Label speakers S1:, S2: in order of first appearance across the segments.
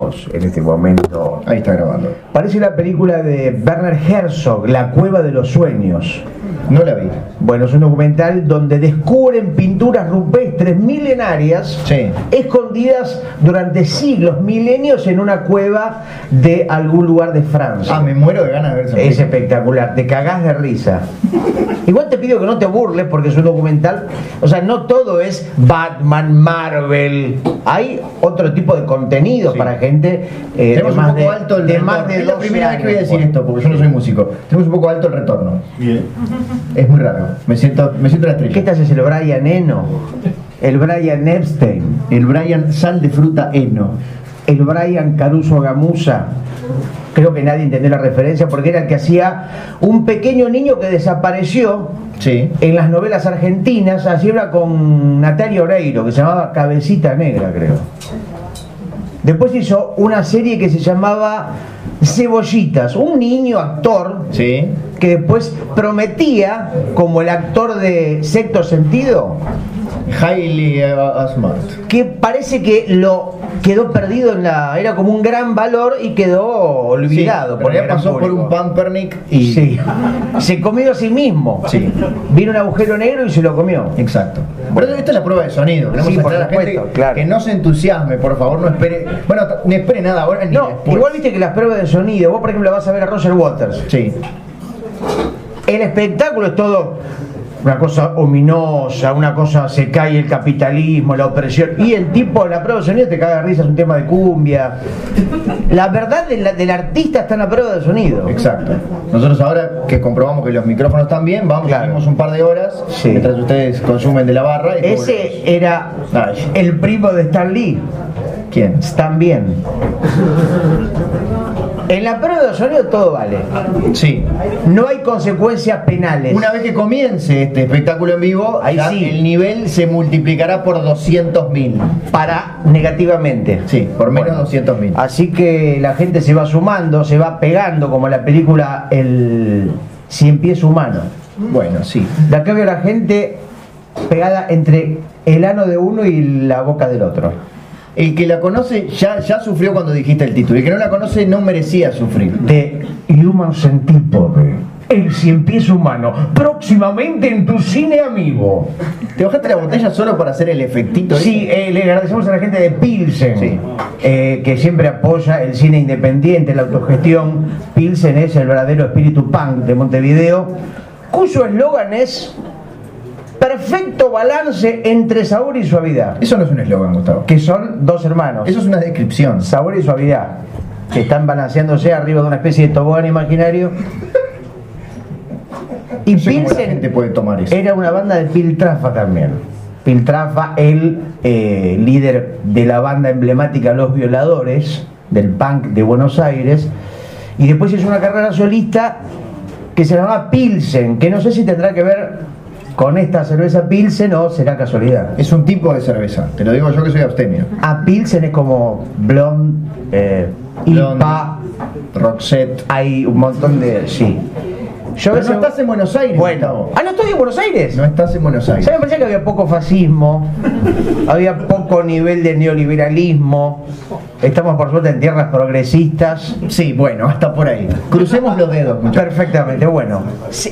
S1: ojos en este momento.
S2: Ahí está grabando.
S1: Parece la película de Werner Herzog, La Cueva de los Sueños.
S2: No la vi.
S1: Bueno, es un documental donde descubren pinturas rupestres milenarias
S2: Sí.
S1: escondidas durante siglos, milenios en una cueva de algún lugar de Francia.
S2: Ah, me muero de ganas de ver esa
S1: Es
S2: película.
S1: espectacular, te cagás de risa. Igual te pido que no te burles porque es un documental. O sea, no todo es Batman, Marvel. Hay otro tipo de contenido
S2: Sí.
S1: para gente eh, de
S2: Tenemos un
S1: más
S2: poco
S1: de,
S2: alto el
S1: de
S2: retorno.
S1: más de
S2: es la
S1: 12
S2: primera vez que voy a
S1: años. pues.
S2: decir esto, porque yo no soy músico. Tenemos un poco alto el retorno.
S3: Bien.
S2: Es muy raro. Me siento, me siento la
S1: ¿Qué te
S2: estrella.
S1: haces el Brian Eno? El Brian Epstein.
S2: El Brian Sal de Fruta Eno.
S1: El Brian Caruso Gamusa. Creo que nadie entendió la referencia porque era el que hacía un pequeño niño que desapareció
S2: Sí.
S1: en las novelas argentinas, así era con Natalia Oreiro, que se llamaba Cabecita Negra, creo. Después hizo una serie que se llamaba Cebollitas, un niño actor
S2: Sí.
S1: que después prometía, como el actor de Sexto Sentido,
S2: Hailey eh, Asmart.
S1: que parece que lo quedó perdido en la... era como un gran valor y quedó olvidado.
S2: Sí, en realidad
S1: el gran
S2: pasó por
S1: público.
S2: un pampernick y.
S1: Sí. Se comió a sí mismo.
S2: Sí.
S1: Vino un agujero negro y se lo comió.
S2: Exacto. Bueno, esta es la prueba de sonido. Queremos
S1: Sí, por
S2: aclarar a la gente
S1: supuesto, claro.
S2: Que no se entusiasme, por favor, no espere. Bueno, t- no espere nada ahora ni
S1: No,
S2: después.
S1: igual viste que las pruebas de sonido, vos por ejemplo vas a ver a Roger Waters.
S2: Sí.
S1: El espectáculo es todo una cosa ominosa, una cosa se cae el capitalismo, la opresión. Y el tipo, en la prueba de sonido te caga de risa, es un tema de cumbia. La verdad de la- del artista está en la prueba de sonido.
S2: Exacto. Nosotros ahora que comprobamos que los micrófonos están bien, vamos,
S1: Claro.
S2: tenemos un par de horas
S1: Sí.
S2: mientras ustedes consumen de la barra. y
S1: Ese era
S2: Ay.
S1: el primo de Stan Lee.
S2: ¿Quién?
S1: Stan bien. En la prueba de sonido todo vale.
S2: Sí.
S1: No hay consecuencias penales.
S2: Una vez que comience este espectáculo en vivo,
S1: Ahí
S2: ya
S1: sí.
S2: el nivel se multiplicará por 200.000.
S1: para negativamente.
S2: Sí, por menos 200.000.
S1: Así que la gente se va sumando, se va pegando, como la película El Cien Pies Humano.
S2: Bueno, sí.
S1: De acá veo la gente pegada entre el ano de uno y la boca del otro.
S2: El que la conoce ya, ya sufrió cuando dijiste el título. El que no la conoce no merecía sufrir.
S1: De Human Centipede. El Cien Pies Humano. Próximamente en tu cine amigo.
S2: ¿Te bajaste la botella solo para hacer el efectito? ese?
S1: Sí, eh, le agradecemos a la gente de Pilsen,
S2: Sí.
S1: eh, que siempre apoya el cine independiente, la autogestión. Pilsen es el verdadero espíritu punk de Montevideo, cuyo eslogan es perfecto balance entre sabor y suavidad,
S2: Eso no es un eslogan, Gustavo.
S1: que son dos hermanos,
S2: Eso es una descripción.
S1: sabor y suavidad, que están balanceándose arriba de una especie de tobogán imaginario. Y
S2: No sé cómo la
S1: Pilsen
S2: gente puede tomar eso.
S1: era una banda de Piltrafa también. Piltrafa, el eh, líder de la banda emblemática Los Violadores, del punk de Buenos Aires. Y después hizo una carrera solista que se llamaba Pilsen, que no sé si tendrá que ver con esta cerveza Pilsen o será casualidad.
S2: Es un tipo de cerveza. Te lo digo yo que soy abstemio.
S1: Ah, Pilsen es como blonde, eh,
S2: Blonde.
S1: IPA,
S2: Roxette.
S1: hay un montón de... Sí. Yo a
S2: Pero no
S1: veces-
S2: estás en Buenos Aires,
S1: Bueno.
S2: Gustavo.
S1: Ah, no estoy en Buenos Aires.
S2: No estás en Buenos
S1: Ya
S2: Aires.
S1: me parecía que había poco fascismo, había poco nivel de neoliberalismo. Estamos por suerte en tierras progresistas.
S2: Sí, bueno, hasta por ahí. Crucemos los dedos, muchachos.
S1: Perfectamente, bueno.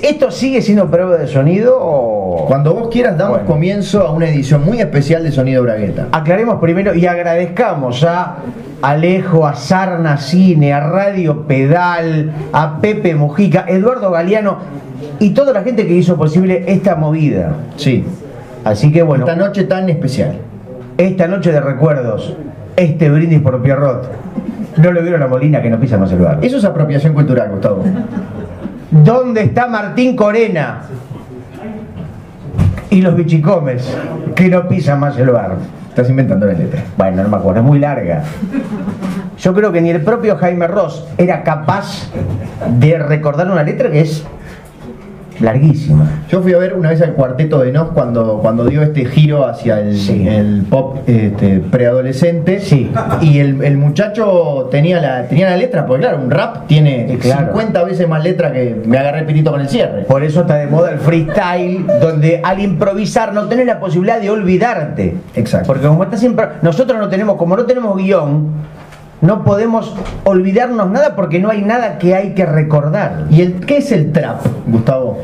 S1: ¿Esto sigue siendo prueba de sonido o.?
S2: Cuando vos quieras damos
S1: Bueno.
S2: comienzo a una edición muy especial de Sonido Bragueta.
S1: Aclaremos primero y agradezcamos a Alejo, a Sarna Cine, a Radio Pedal, a Pepe Mujica, Eduardo Galeano y toda la gente que hizo posible esta movida.
S2: Sí.
S1: Así que bueno,
S2: Esta noche tan especial.
S1: Esta noche de recuerdos, este brindis por Pierrot. No lo vieron a Molina que no pisa más el bar.
S2: Eso es apropiación cultural, Gustavo.
S1: ¿Dónde está Martín Corena? Y los bichicomes que no pisan más el bar.
S2: Estás inventando la letra.
S1: Bueno, no me acuerdo, es muy larga. Yo creo que ni el propio Jaime Ross era capaz de recordar una letra que es larguísima.
S2: Yo fui a ver una vez al cuarteto de Nos cuando, cuando dio este giro hacia el,
S1: Sí.
S2: el pop este, preadolescente.
S1: Sí.
S2: Y el, el muchacho tenía la, tenía la letra, porque claro, un rap tiene
S1: Sí, claro.
S2: 50 veces más letra que me agarré el pitito con el cierre.
S1: Por eso está de moda el freestyle, donde al improvisar no tenés la posibilidad de olvidarte.
S2: Exacto.
S1: Porque como estás siempre. Nosotros no tenemos, como no tenemos guión, No podemos olvidarnos nada porque no hay nada que hay que recordar.
S2: ¿Y el, qué es el trap, Gustavo?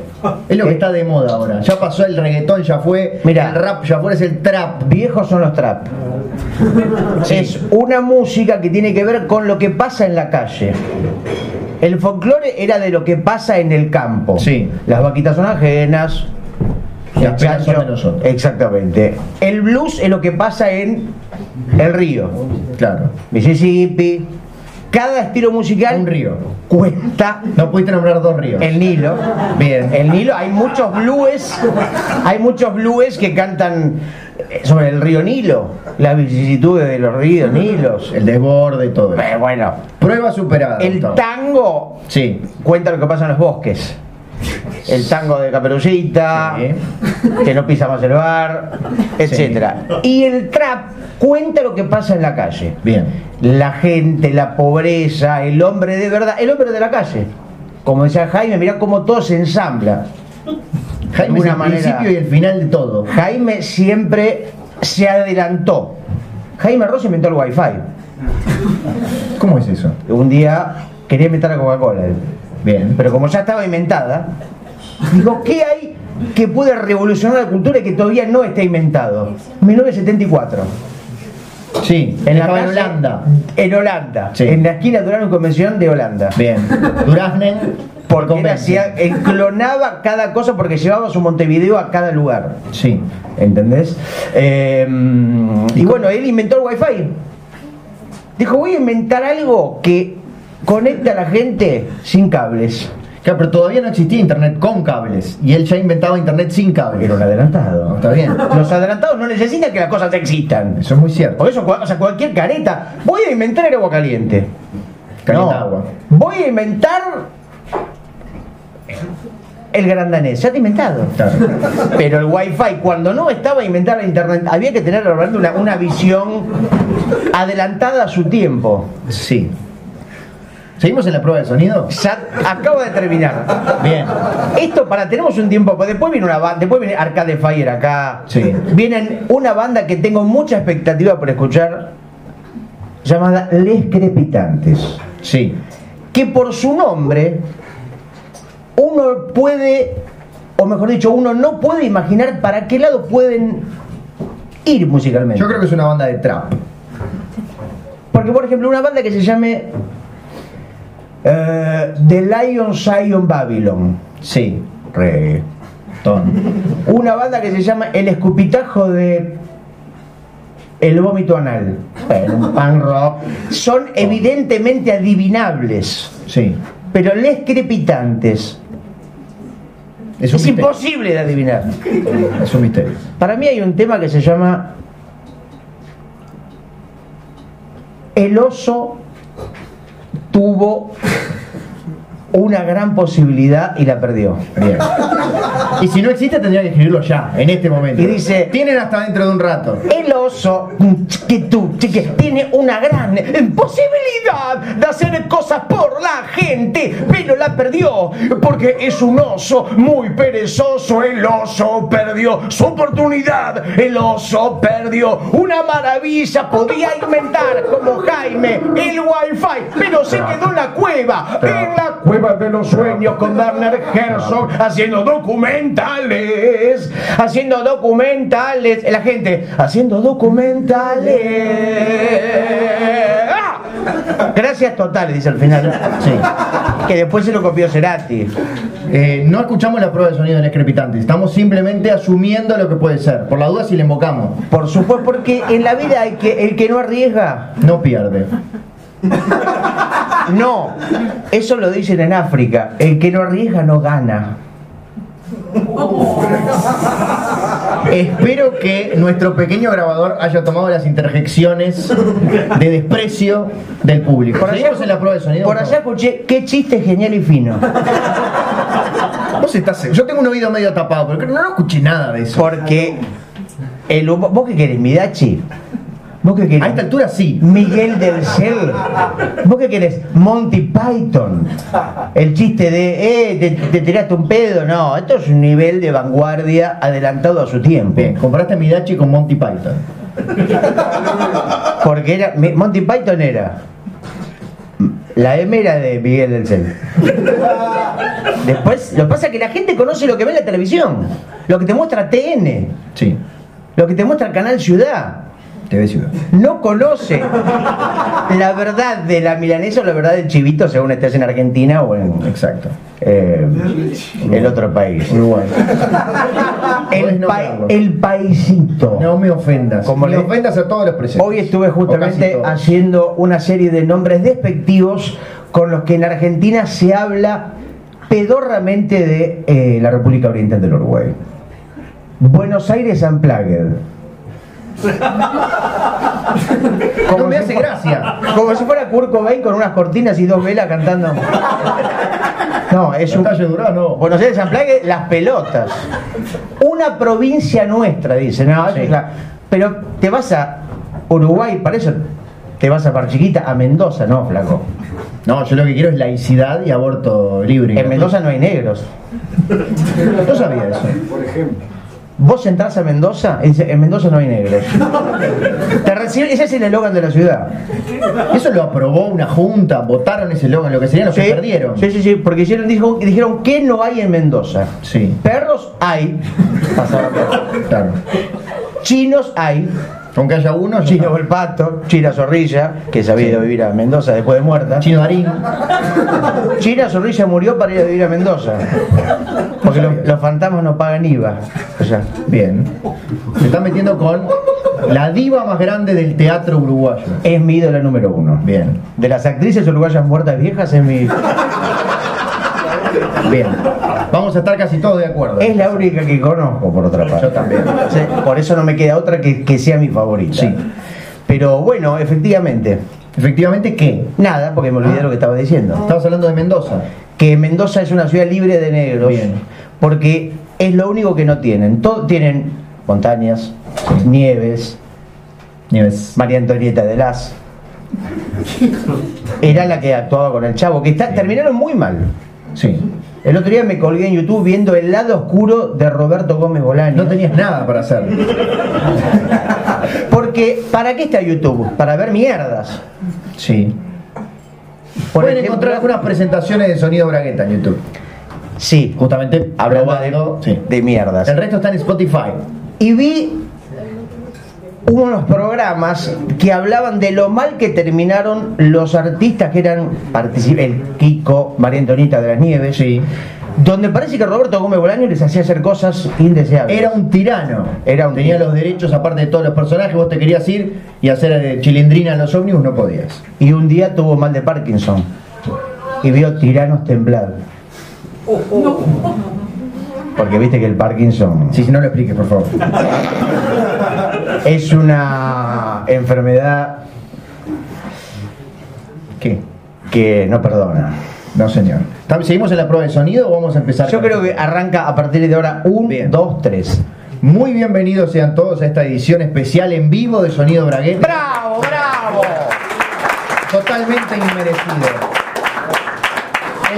S2: Es lo que
S1: Eh,
S2: está de moda ahora. Ya pasó el reggaetón, ya fue.
S1: Mirá.
S2: el rap, ya fue, es el trap.
S1: Viejos son los trap. Es una música que tiene que ver con lo que pasa en la calle. El folclore era de lo que pasa en el campo.
S2: Sí.
S1: Las vaquitas son ajenas. el
S2: Las penas son
S1: chancho-
S2: de nosotros.
S1: Exactamente. El blues es lo que pasa en el río.
S2: Claro.
S1: Mississippi. Cada estilo musical
S2: Un río.
S1: cuenta
S2: No pudiste nombrar dos ríos.
S1: el Nilo.
S2: Bien.
S1: El Nilo, hay muchos blues, hay muchos blues que cantan eh, sobre el río Nilo, las vicisitudes de los ríos Nilos.
S2: El desborde y todo. eso.
S1: Pero bueno,
S2: Prueba superada.
S1: Eh. el
S2: Gustavo.
S1: tango
S2: Sí.
S1: cuenta lo que pasa en los bosques. El tango de Caperucita, que no pisa más el bar, etcétera. Y el trap cuenta lo que pasa en la calle.
S2: Bien.
S1: La gente, la pobreza, el hombre de verdad, el hombre de la calle. Como decía Jaime, mirá cómo todo se ensambla.
S2: Jaime es
S1: alguna
S2: el
S1: manera-
S2: principio y el final de todo.
S1: Jaime siempre se adelantó. Jaime Ross inventó el wifi.
S2: ¿Cómo es eso?
S1: Un día quería inventar la Coca-Cola, él.
S2: Bien.
S1: pero como ya estaba inventada, dijo, ¿qué hay que puede revolucionar la cultura y que todavía no está inventado? 1974.
S2: Sí.
S1: En la
S2: estaba en
S1: calle-
S2: Holanda.
S1: En Holanda.
S2: Sí.
S1: En la esquina de una convención de Holanda.
S2: Bien. Duraznen.
S1: Porque él
S2: convence.
S1: hacía, él clonaba cada cosa porque llevaba su Montevideo a cada lugar.
S2: Sí.
S1: ¿Entendés? Eh, y bueno, él inventó el wifi. Dijo, voy a inventar algo que conecta a la gente sin cables.
S2: Claro, pero todavía no existía internet con cables. Y él ya inventaba internet sin cables.
S1: Era un
S2: No,
S1: adelantado.
S2: está bien.
S1: Los adelantados no necesitan que las cosas existan.
S2: Eso es muy cierto.
S1: Por eso, cua- o sea, cualquier careta, voy a inventar el agua caliente.
S2: Calienta agua.
S1: Voy a inventar el gran danés. Ya te he inventado.
S2: Claro.
S1: Pero el wifi, cuando no estaba inventada internet, había que tener la verdad, una, una visión adelantada a su tiempo.
S2: Sí. ¿Seguimos en la prueba de sonido?
S1: Ya acabo de terminar.
S2: Bien.
S1: Esto para tenemos un tiempo, pues después viene una banda, después viene Arcade Fire acá.
S2: Sí.
S1: Vienen una banda que tengo mucha expectativa por escuchar llamada Les Crepitantes,
S2: Sí.
S1: que por su nombre uno puede o mejor dicho, uno no puede imaginar para qué lado pueden ir musicalmente.
S2: Yo creo que es una banda de trap.
S1: Porque, por ejemplo, una banda que se llame eh, The Lion Zion Babylon.
S2: Sí.
S1: Reggae.
S2: Ton.
S1: Una banda que se llama El Escupitajo de El Vómito Anal. Bueno, un punk rock. Son evidentemente adivinables,
S2: Sí.
S1: pero les crepitantes.
S2: Es un
S1: Es
S2: misterio.
S1: imposible de adivinar.
S2: Es un misterio.
S1: Para mí hay un tema que se llama El oso tuvo una gran posibilidad y la perdió.
S2: Bien. Y si no existe, tendría que escribirlo ya, en este momento.
S1: Y dice-
S2: Tienen hasta dentro de un rato.
S1: El oso que tú que tiene una gran posibilidad de hacer cosas por la gente, pero la perdió porque es un oso muy perezoso. El oso perdió su oportunidad, el oso perdió una maravilla. Podía inventar como Jaime el wifi, pero se quedó en la cueva, en la cueva de los sueños con Darner Herzog haciendo documentales, haciendo documentales, la gente haciendo documentales. ¡Ah! Gracias totales, dice al final.
S2: Sí.
S1: Que después se lo copió Cerati.
S2: Eh, no escuchamos la prueba de sonido en Escrepitante. Estamos simplemente asumiendo lo que puede ser. Por la duda, si le invocamos,
S1: Por supuesto, porque en la vida hay que, el que no arriesga,
S2: no pierde.
S1: no. Eso lo dicen en África. El que no arriesga no gana.
S2: Espero que nuestro pequeño grabador haya tomado las interjecciones de desprecio del público.
S1: Por allá-
S2: Seguimos en la prueba de sonido.
S1: Por
S2: por
S1: allá
S2: favor.
S1: escuché, qué chiste genial y fino.
S2: Vos estás seguro. Yo tengo un oído medio tapado, pero creo- no, no escuché nada de eso.
S1: Porque el humo- ¿Vos qué querés, Midachi? ¿Vos qué
S2: A esta
S1: querés?
S2: altura sí.
S1: Miguel del Cel. ¿Vos qué querés? Monty Python. El chiste de, eh, te, te tiraste un pedo. No, esto es un nivel de vanguardia adelantado a su tiempo.
S2: Bien, comparaste Midachi con Monty Python.
S1: Porque era, mi- Monty Python era La M era de Miguel del Cel. Después, lo que pasa es que la gente conoce lo que ve en la televisión, lo que te muestra TN,
S2: Sí,
S1: lo que te muestra el canal Ciudad.
S2: TV Ciudad.
S1: No conoce la verdad de la milanesa o la verdad del chivito, según estés en Argentina o en
S2: Exacto.
S1: eh, el otro país.
S2: Uruguay. Podés
S1: El,
S2: nombrarlo.
S1: pa- el paisito.
S2: No me ofendas.
S1: Como
S2: me
S1: le-
S2: ofendas a todos los presentes.
S1: Hoy estuve justamente
S2: O casi
S1: haciendo una serie de nombres despectivos con los que en Argentina se habla pedorramente de eh, la República Oriental del Uruguay. Buenos Aires Unplugged.
S2: todos. No me hace gracia.
S1: Como si fuera Kurt Cobain con unas cortinas y dos velas cantando. No, es un...
S2: Natalia Durán, no.
S1: Buenos Aires Unplugged, las pelotas. Una provincia nuestra, dice. No, eso
S2: Sí.
S1: es la- Pero te vas a Uruguay, para eso te vas a Parchiquita, a Mendoza, no, flaco.
S2: No, yo lo que quiero es laicidad y aborto libre.
S1: En Mendoza no hay negros.
S2: No sabía eso.
S1: Vos entrás a Mendoza y dice, en Mendoza no hay negros. Te reciben, ese es el eslogan de la ciudad.
S2: Eso lo aprobó una junta, votaron ese logo, lo que serían los que perdieron.
S1: Sí, sí, sí, porque hicieron, dijo, dijeron que no hay en Mendoza.
S2: Sí.
S1: Perros hay, pasaron perros.
S2: Claro.
S1: chinos hay,
S2: Con que haya uno, ya
S1: chino el pato, china zorrilla, que se había ido a vivir a Mendoza después de muerta.
S2: está. chino Darín.
S1: China Zorrilla murió para ir a vivir a Mendoza. Porque los, los fantasmas no pagan IVA. O sea,
S2: Bien. Se está metiendo con la diva más grande del teatro uruguayo.
S1: es mi ídola número uno.
S2: Bien,
S1: De las actrices uruguayas muertas viejas es mi...
S2: bien. Vamos a estar casi todos de acuerdo.
S1: Es la única que conozco, por otra parte.
S2: Yo también.
S1: Sí, Por eso no me queda otra que, que sea mi favorita.
S2: Sí.
S1: Pero bueno, efectivamente.
S2: Efectivamente, ¿qué?
S1: Nada, porque me olvidé
S2: Ah.
S1: lo que estaba diciendo.
S2: Estabas hablando de Mendoza.
S1: Que Mendoza es una ciudad libre de negros.
S2: Bien.
S1: Porque es lo único que no tienen. Todo, tienen montañas, nieves,
S2: Nieves.
S1: María Antonieta de Las. Era la que actuaba con el chavo, que está, terminaron muy mal.
S2: Sí.
S1: El otro día me colgué en YouTube viendo el lado oscuro de Roberto Gómez Bolaño.
S2: No tenías nada para hacer.
S1: Porque, ¿para qué está YouTube? Para ver mierdas.
S2: Sí.
S1: Por
S2: Pueden
S1: ejemplo-
S2: encontrar algunas presentaciones de sonido bragueta en YouTube.
S1: Sí,
S2: Justamente
S1: hablaba de,
S2: probando- Sí.
S1: de mierdas.
S2: El resto está en Spotify.
S1: Y vi unos programas que hablaban de lo mal que terminaron los artistas que eran particip- el Kiko, María Antonieta de las Nieves,
S2: Sí.
S1: donde parece que Roberto Gómez Bolaño les hacía hacer cosas indeseables.
S2: Era un tirano.
S1: Era un
S2: Tenía
S1: tirano.
S2: los derechos aparte de todos los personajes. Vos te querías ir y hacer eh, chilindrina en los ómnibus, no podías.
S1: Y un día tuvo mal de Parkinson y vio tiranos temblar. Porque viste que el Parkinson
S2: Sí, sí, no lo expliques, por favor.
S1: es una enfermedad
S2: ¿Qué?
S1: que no perdona.
S2: No, señor. ¿Tam- ¿Seguimos en la prueba de sonido o vamos a empezar?
S1: Yo
S2: con-
S1: creo que arranca a partir de ahora
S2: Bien.
S1: un, dos, tres.
S2: Muy bienvenidos sean todos a esta edición especial en vivo de Sonido Bragueta.
S1: ¡Bravo, bravo!
S2: Totalmente inmerecido.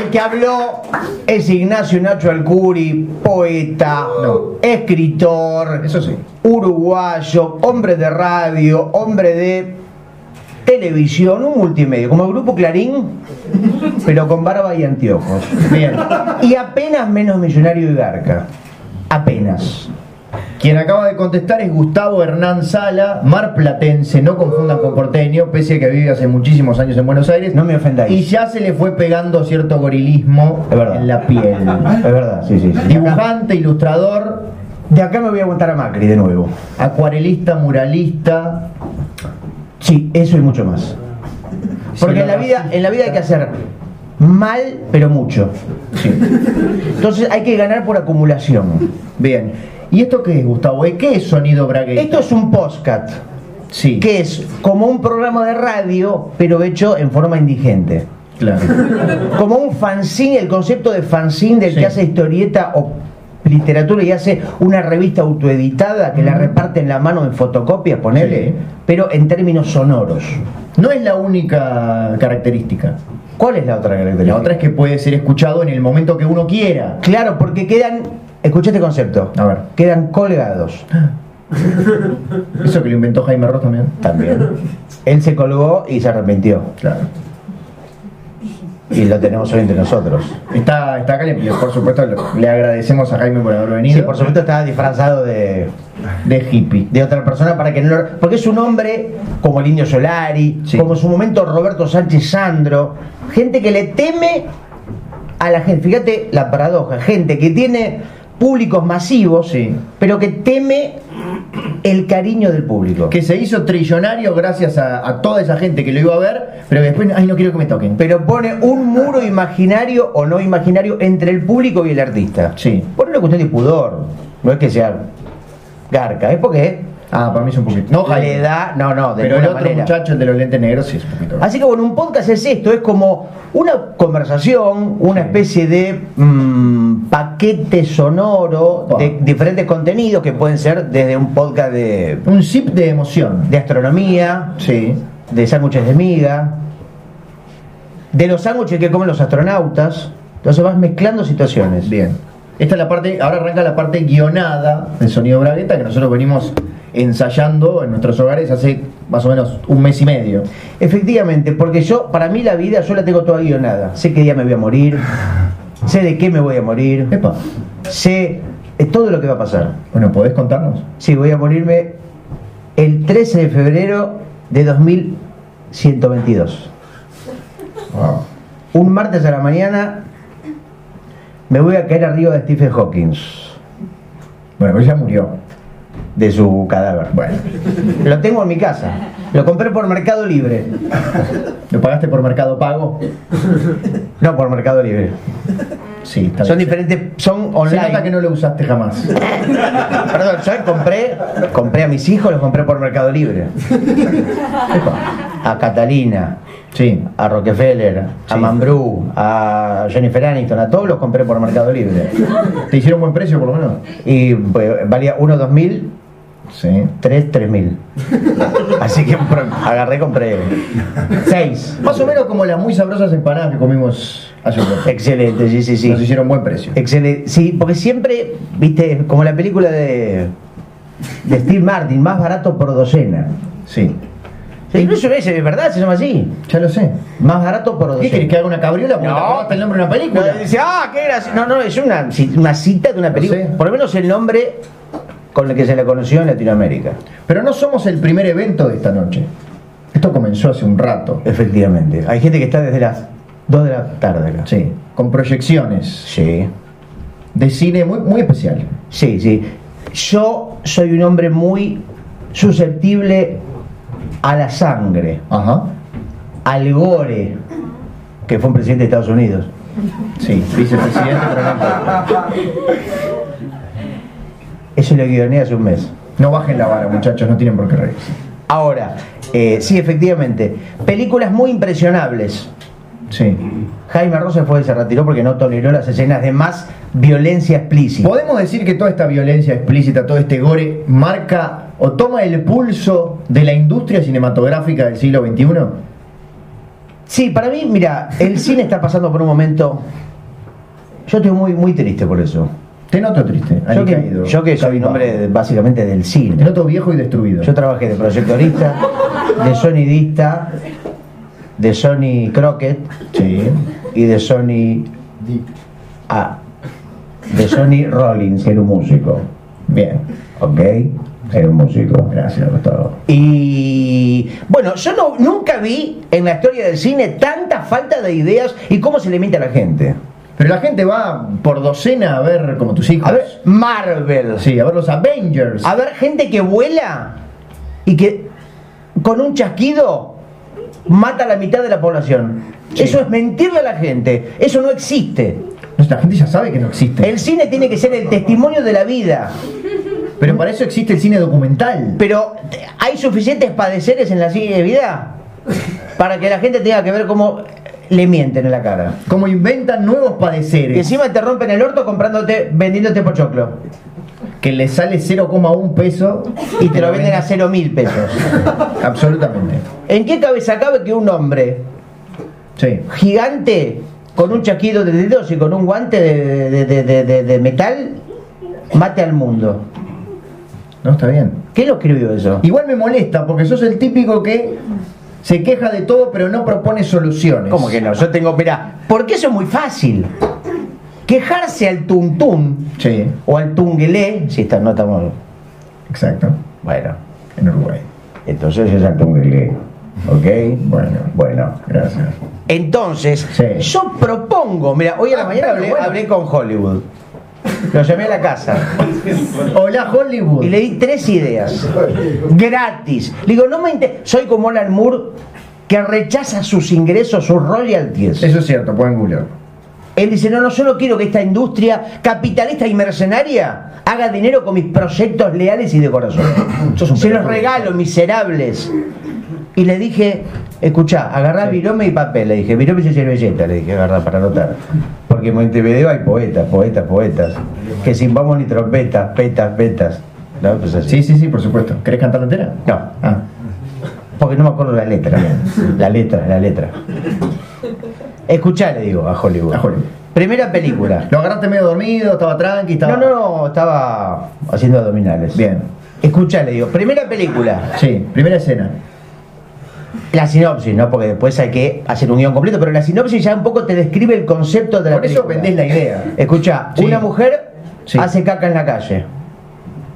S1: El que habló es Ignacio Nacho Alcuri, poeta,
S2: No.
S1: escritor,
S2: Eso sí.
S1: uruguayo, hombre de radio, hombre de televisión, un multimedio, como el grupo Clarín, pero con barba y anteojos.
S2: Bien.
S1: Y apenas menos millonario y garca. Apenas.
S2: Quien acaba de contestar es Gustavo Hernán Sala, mar platense, no confundan con porteño, pese a que vive hace muchísimos años en Buenos Aires.
S1: No me
S2: Y
S1: ofendáis.
S2: ya se le fue pegando cierto gorilismo
S1: Es verdad.
S2: en la piel.
S1: Es verdad, sí, sí. sí.
S2: Dibujante, ilustrador,
S1: De acá me voy a aguantar a Macri de nuevo.
S2: acuarelista, muralista.
S1: Sí, eso y mucho más. Porque en la vida, en la vida hay que hacer mal, pero mucho. Entonces hay que ganar por acumulación.
S2: Bien. ¿Y esto qué es, Gustavo? ¿Eh? ¿Qué es sonido bragueta?
S1: Esto es un podcast,
S2: Sí.
S1: que es como un programa de radio, pero hecho en forma indigente.
S2: Claro.
S1: Como un fanzine, el concepto de fanzine del
S2: Sí.
S1: que hace historieta o literatura y hace una revista autoeditada que la reparte en la mano en fotocopias, ponele,
S2: Sí.
S1: pero en términos sonoros.
S2: No es la única característica.
S1: ¿Cuál es la otra característica?
S2: La otra es que puede ser escuchado en el momento que uno quiera.
S1: Claro, porque quedan, escucha este concepto,
S2: A ver.
S1: quedan colgados.
S2: Eso que lo inventó Jaime Ross también.
S1: También. Él se colgó y se arrepintió.
S2: Claro.
S1: y lo tenemos hoy entre nosotros.
S2: Está, está acá, le- por supuesto, lo- le agradecemos a Jaime por haber venido.
S1: Sí, por supuesto estaba disfrazado de,
S2: De hippie.
S1: de otra persona para que no lo- Porque es un hombre como el Indio Solari,
S2: Sí.
S1: como en su momento Roberto Sánchez Sandro, gente que le teme a la gente. Fíjate la paradoja, gente que tiene públicos masivos,
S2: Sí.
S1: pero que teme el cariño del público.
S2: Que se hizo trillonario gracias a, a toda esa gente que lo iba a ver, pero después, ay, no quiero que me toquen.
S1: Pero pone un muro imaginario o no imaginario entre el público y el artista.
S2: Sí.
S1: Por una cuestión de pudor, no es que sea garca, es porque
S2: Ah, para mí es un poquito. No, Jaime.
S1: le da. No, no, de
S2: Pero el
S1: ninguna
S2: otro
S1: manera. Ah.
S2: muchacho, el de los lentes negros, sí es un poquito.
S1: Así que bueno, un podcast es esto, es como una conversación, una especie de mm, paquete sonoro
S2: Opa.
S1: de diferentes contenidos que pueden ser desde un podcast de,
S2: Un zip de emoción.
S1: de astronomía,
S2: Sí.
S1: de sándwiches de miga, de los sándwiches que comen los astronautas. Entonces vas mezclando situaciones.
S2: Bien. Esta es la parte, ahora arranca la parte guionada del sonido bragueta que nosotros venimos ensayando en nuestros hogares hace más o menos un mes y medio.
S1: Efectivamente, porque yo, para mí la vida, yo la tengo toda guionada. Sé qué día me voy a morir, sé de qué me voy a morir,
S2: Epa,
S1: sé eh, todo lo que va a pasar.
S2: bueno, ¿podés contarnos?
S1: Sí, voy a morirme el 13 de febrero de 2122. Ah.
S2: Wow.
S1: Un martes a la mañana me voy a caer arriba de Stephen Hawking,
S2: Bueno, pero ya murió.
S1: de su cadáver.
S2: Bueno,
S1: Lo tengo en mi casa. Lo compré por Mercado Libre.
S2: ¿lo pagaste por Mercado Pago?
S1: No, por Mercado Libre.
S2: Sí, está
S1: Son
S2: bien.
S1: diferentes, son
S2: Se
S1: online.
S2: nota que no lo usaste jamás.
S1: Perdón, yo compré, compré a mis hijos, los compré por Mercado Libre.
S2: Epa.
S1: A Catalina,
S2: Sí.
S1: a Rockefeller, a
S2: Sí.
S1: Mambrú, a Jennifer Aniston, a todos los compré por Mercado Libre.
S2: ¿Te hicieron buen precio por lo menos?
S1: Y pues, valía uno dos mil,
S2: Sí.
S1: tres tres mil. Así que pro- agarré, compré seis.
S2: Más o menos como las muy sabrosas empanadas que comimos hace un rato.
S1: Excelente, sí, sí,
S2: Nos
S1: sí.
S2: hicieron buen precio.
S1: Excelente. Sí, porque siempre, viste, como la película de, de Steve Martin, más barato por docena.
S2: Sí.
S1: Sí, Incluso ese, es verdad, se llama así.
S2: Ya lo sé.
S1: Más barato por
S2: ¿Qué querés que
S1: docena.
S2: haga una cabriola? Porque
S1: No.
S2: te acordaste el nombre de una
S1: No,
S2: película.
S1: dice, ah, qué gracioso. No, no, es una, una cita de una
S2: No
S1: película.
S2: sé.
S1: Por lo menos el nombre con el que se la conoció en Latinoamérica.
S2: Pero no somos el primer evento de esta noche. Esto comenzó hace un rato.
S1: Efectivamente. Hay gente que está desde las 2 de la tarde acá.
S2: Sí. Con proyecciones
S1: Sí,
S2: de cine muy, muy especial.
S1: sí, sí. Yo soy un hombre muy susceptible a la sangre,
S2: Ajá.
S1: al gore, que fue un presidente de Estados Unidos.
S2: Sí. Vicepresidente, pero no.
S1: Eso lo guioné hace un mes.
S2: No bajen la vara, muchachos, no tienen por qué reírse.
S1: Ahora, eh, sí, efectivamente, películas muy impresionables.
S2: Sí.
S1: Jaime Rosa fue se retiró porque no toleró las escenas de más violencia explícita.
S2: Podemos decir que toda esta violencia explícita, todo este gore, marca o toma el pulso de la industria cinematográfica del siglo XXI.
S1: Sí, para mí, mira, el cine está pasando por un momento. Yo estoy muy, muy triste por eso.
S2: Te noto triste,
S1: Yo que,
S2: alicaído,
S1: yo que soy un
S2: cabizbajo.
S1: hombre de- básicamente del
S2: Te
S1: cine.
S2: noto viejo y destruido.
S1: Yo trabajé de proyectorista, de sonidista, de Sony Crockett
S2: Sí.
S1: y de Sony. Ah, de Sony Rollins, que era un músico.
S2: Bien.
S1: ¿Ok? Era un músico.
S2: Gracias, Gustavo.
S1: Y bueno, yo no, nunca vi en la historia del cine tanta falta de ideas y cómo se le miente a la gente.
S2: Pero la gente va por docena a ver como tus hijos.
S1: A ver, Marvel.
S2: Sí, a ver los Avengers.
S1: A ver, gente que vuela y que con un chasquido mata a la mitad de la población.
S2: Sí.
S1: Eso es mentirle a la gente. Eso no existe.
S2: Nuestra gente ya sabe que no existe.
S1: El cine tiene que ser el testimonio de la vida.
S2: Pero para eso existe el cine documental.
S1: Pero ¿te- ¿hay suficientes padeceres en la cine de vida? Para que la gente tenga que ver cómo le mienten en la cara.
S2: Como inventan nuevos
S1: Y
S2: padeceres
S1: encima te rompen el orto comprándote, vendiéndote pochoclo.
S2: que les sale 0,1 peso
S1: Y te lo venden a cero mil pesos.
S2: Absolutamente.
S1: ¿En qué cabeza cabe que un hombre
S2: Sí.
S1: gigante con un chasquido de dedos y con un guante de, de- de- de- de- de metal mate al mundo.
S2: No, está bien.
S1: ¿Qué lo escribió eso?
S2: Igual me molesta porque sos el típico que Se queja de todo, pero no propone soluciones.
S1: ¿Cómo que no? Yo tengo, mira, porque eso es muy fácil. Quejarse al tuntún
S2: Sí,
S1: o al tunguelé, si está, no estamos.
S2: exacto.
S1: Bueno,
S2: En Uruguay.
S1: entonces es al tunguelé. ¿Ok?
S2: Bueno,
S1: Bueno.
S2: gracias.
S1: Entonces,
S2: Sí.
S1: yo propongo, mira, hoy a la
S2: Ah,
S1: mañana
S2: claro,
S1: hablé,
S2: bueno.
S1: hablé con Hollywood. Lo llamé a la casa
S2: Hola Hollywood.
S1: y le di tres ideas. Gratis. Le digo, no me inter- Soy como Alan Moore que rechaza sus ingresos, sus royalties.
S2: Eso es cierto, pueden googlearlo.
S1: Él dice, no, no, solo quiero que esta industria capitalista y mercenaria haga dinero con mis proyectos leales y de corazón.
S2: Sos un
S1: Se los
S2: pelotudo.
S1: regalo, miserables. Y le dije, escuchá, agarrá
S2: Sí.
S1: virome y papel, le dije, virome y servilleta, le dije, agarrá para anotar. Porque en Montevideo hay poetas, poetas, poetas, que sin vamos ni trompetas, petas, petas. No, pues así.
S2: Sí, sí, sí, por supuesto. ¿Querés cantarla entera?
S1: No,
S2: Ah,
S1: porque no me acuerdo la letra. La letra, la letra. Escuchá, le digo, a Hollywood.
S2: A Hollywood.
S1: Primera película.
S2: lo agarraste medio dormido, estaba tranqui, estaba.
S1: No, no, no, estaba haciendo abdominales.
S2: Bien.
S1: Escuchá, le digo, primera película,
S2: Sí, primera escena.
S1: la sinopsis, ¿no? Porque después hay que hacer un guión completo, pero la sinopsis ya un poco te describe el concepto de la
S2: Por eso
S1: película.
S2: vendés la idea.
S1: Escuchá,
S2: Sí.
S1: una mujer
S2: Sí.
S1: hace caca en la calle.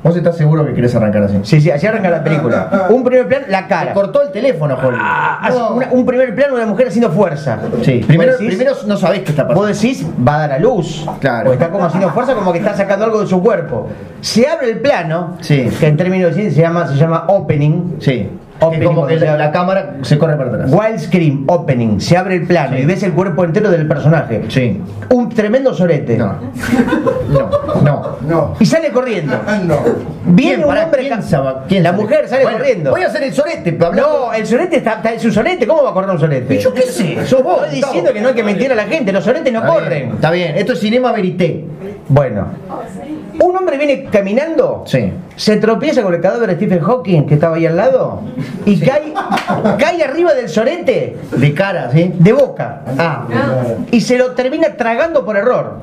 S2: ¿Vos estás seguro que querés arrancar así?
S1: Sí, sí, así arranca la película. Un primer plan, la
S2: Te
S1: cara.
S2: cortó el teléfono, Hollywood.
S1: Ah, Hace
S2: No.
S1: una- un primer plano, una mujer haciendo fuerza.
S2: Sí, primero,
S1: ¿Vos decís?
S2: primero no sabés qué está pasando.
S1: Vos decís, va a dar a luz.
S2: Claro.
S1: Porque está como haciendo fuerza, como que está sacando algo de su cuerpo. Se abre el plano,
S2: Sí.
S1: que en términos de ciencia se llama, se llama opening.
S2: Sí.
S1: O
S2: Que como que
S1: Oh, película.
S2: la, la cámara se corre para atrás.
S1: Wild Scream Opening, se abre el plano
S2: Sí.
S1: y ves el cuerpo entero del personaje.
S2: Sí.
S1: Un tremendo sorete.
S2: No. No, no.
S3: No.
S1: Y sale corriendo.
S3: Ah, no.
S1: Viene un
S2: Pará,
S1: hombre
S2: ¿quién
S1: ca-
S2: saba- quién
S1: La
S2: sale?
S1: mujer sale
S2: Bueno,
S1: corriendo.
S2: Voy a hacer el sorete,
S1: No, el sorete está, está en su sorete. ¿Cómo va a correr un sorete?
S2: ¿Y yo qué sé? Sos vos.
S1: Estoy diciendo que no hay que mentir a la gente. Los soretes no corren.
S2: Está bien, esto es cinema verité.
S1: Bueno, un hombre viene caminando.
S2: Sí.
S1: Se tropieza con el cadáver de Stephen Hawking que estaba ahí al lado y cae, cae arriba del sorete
S2: De cara, ¿sí?
S1: de boca
S2: Ah,
S1: y se lo termina tragando por error.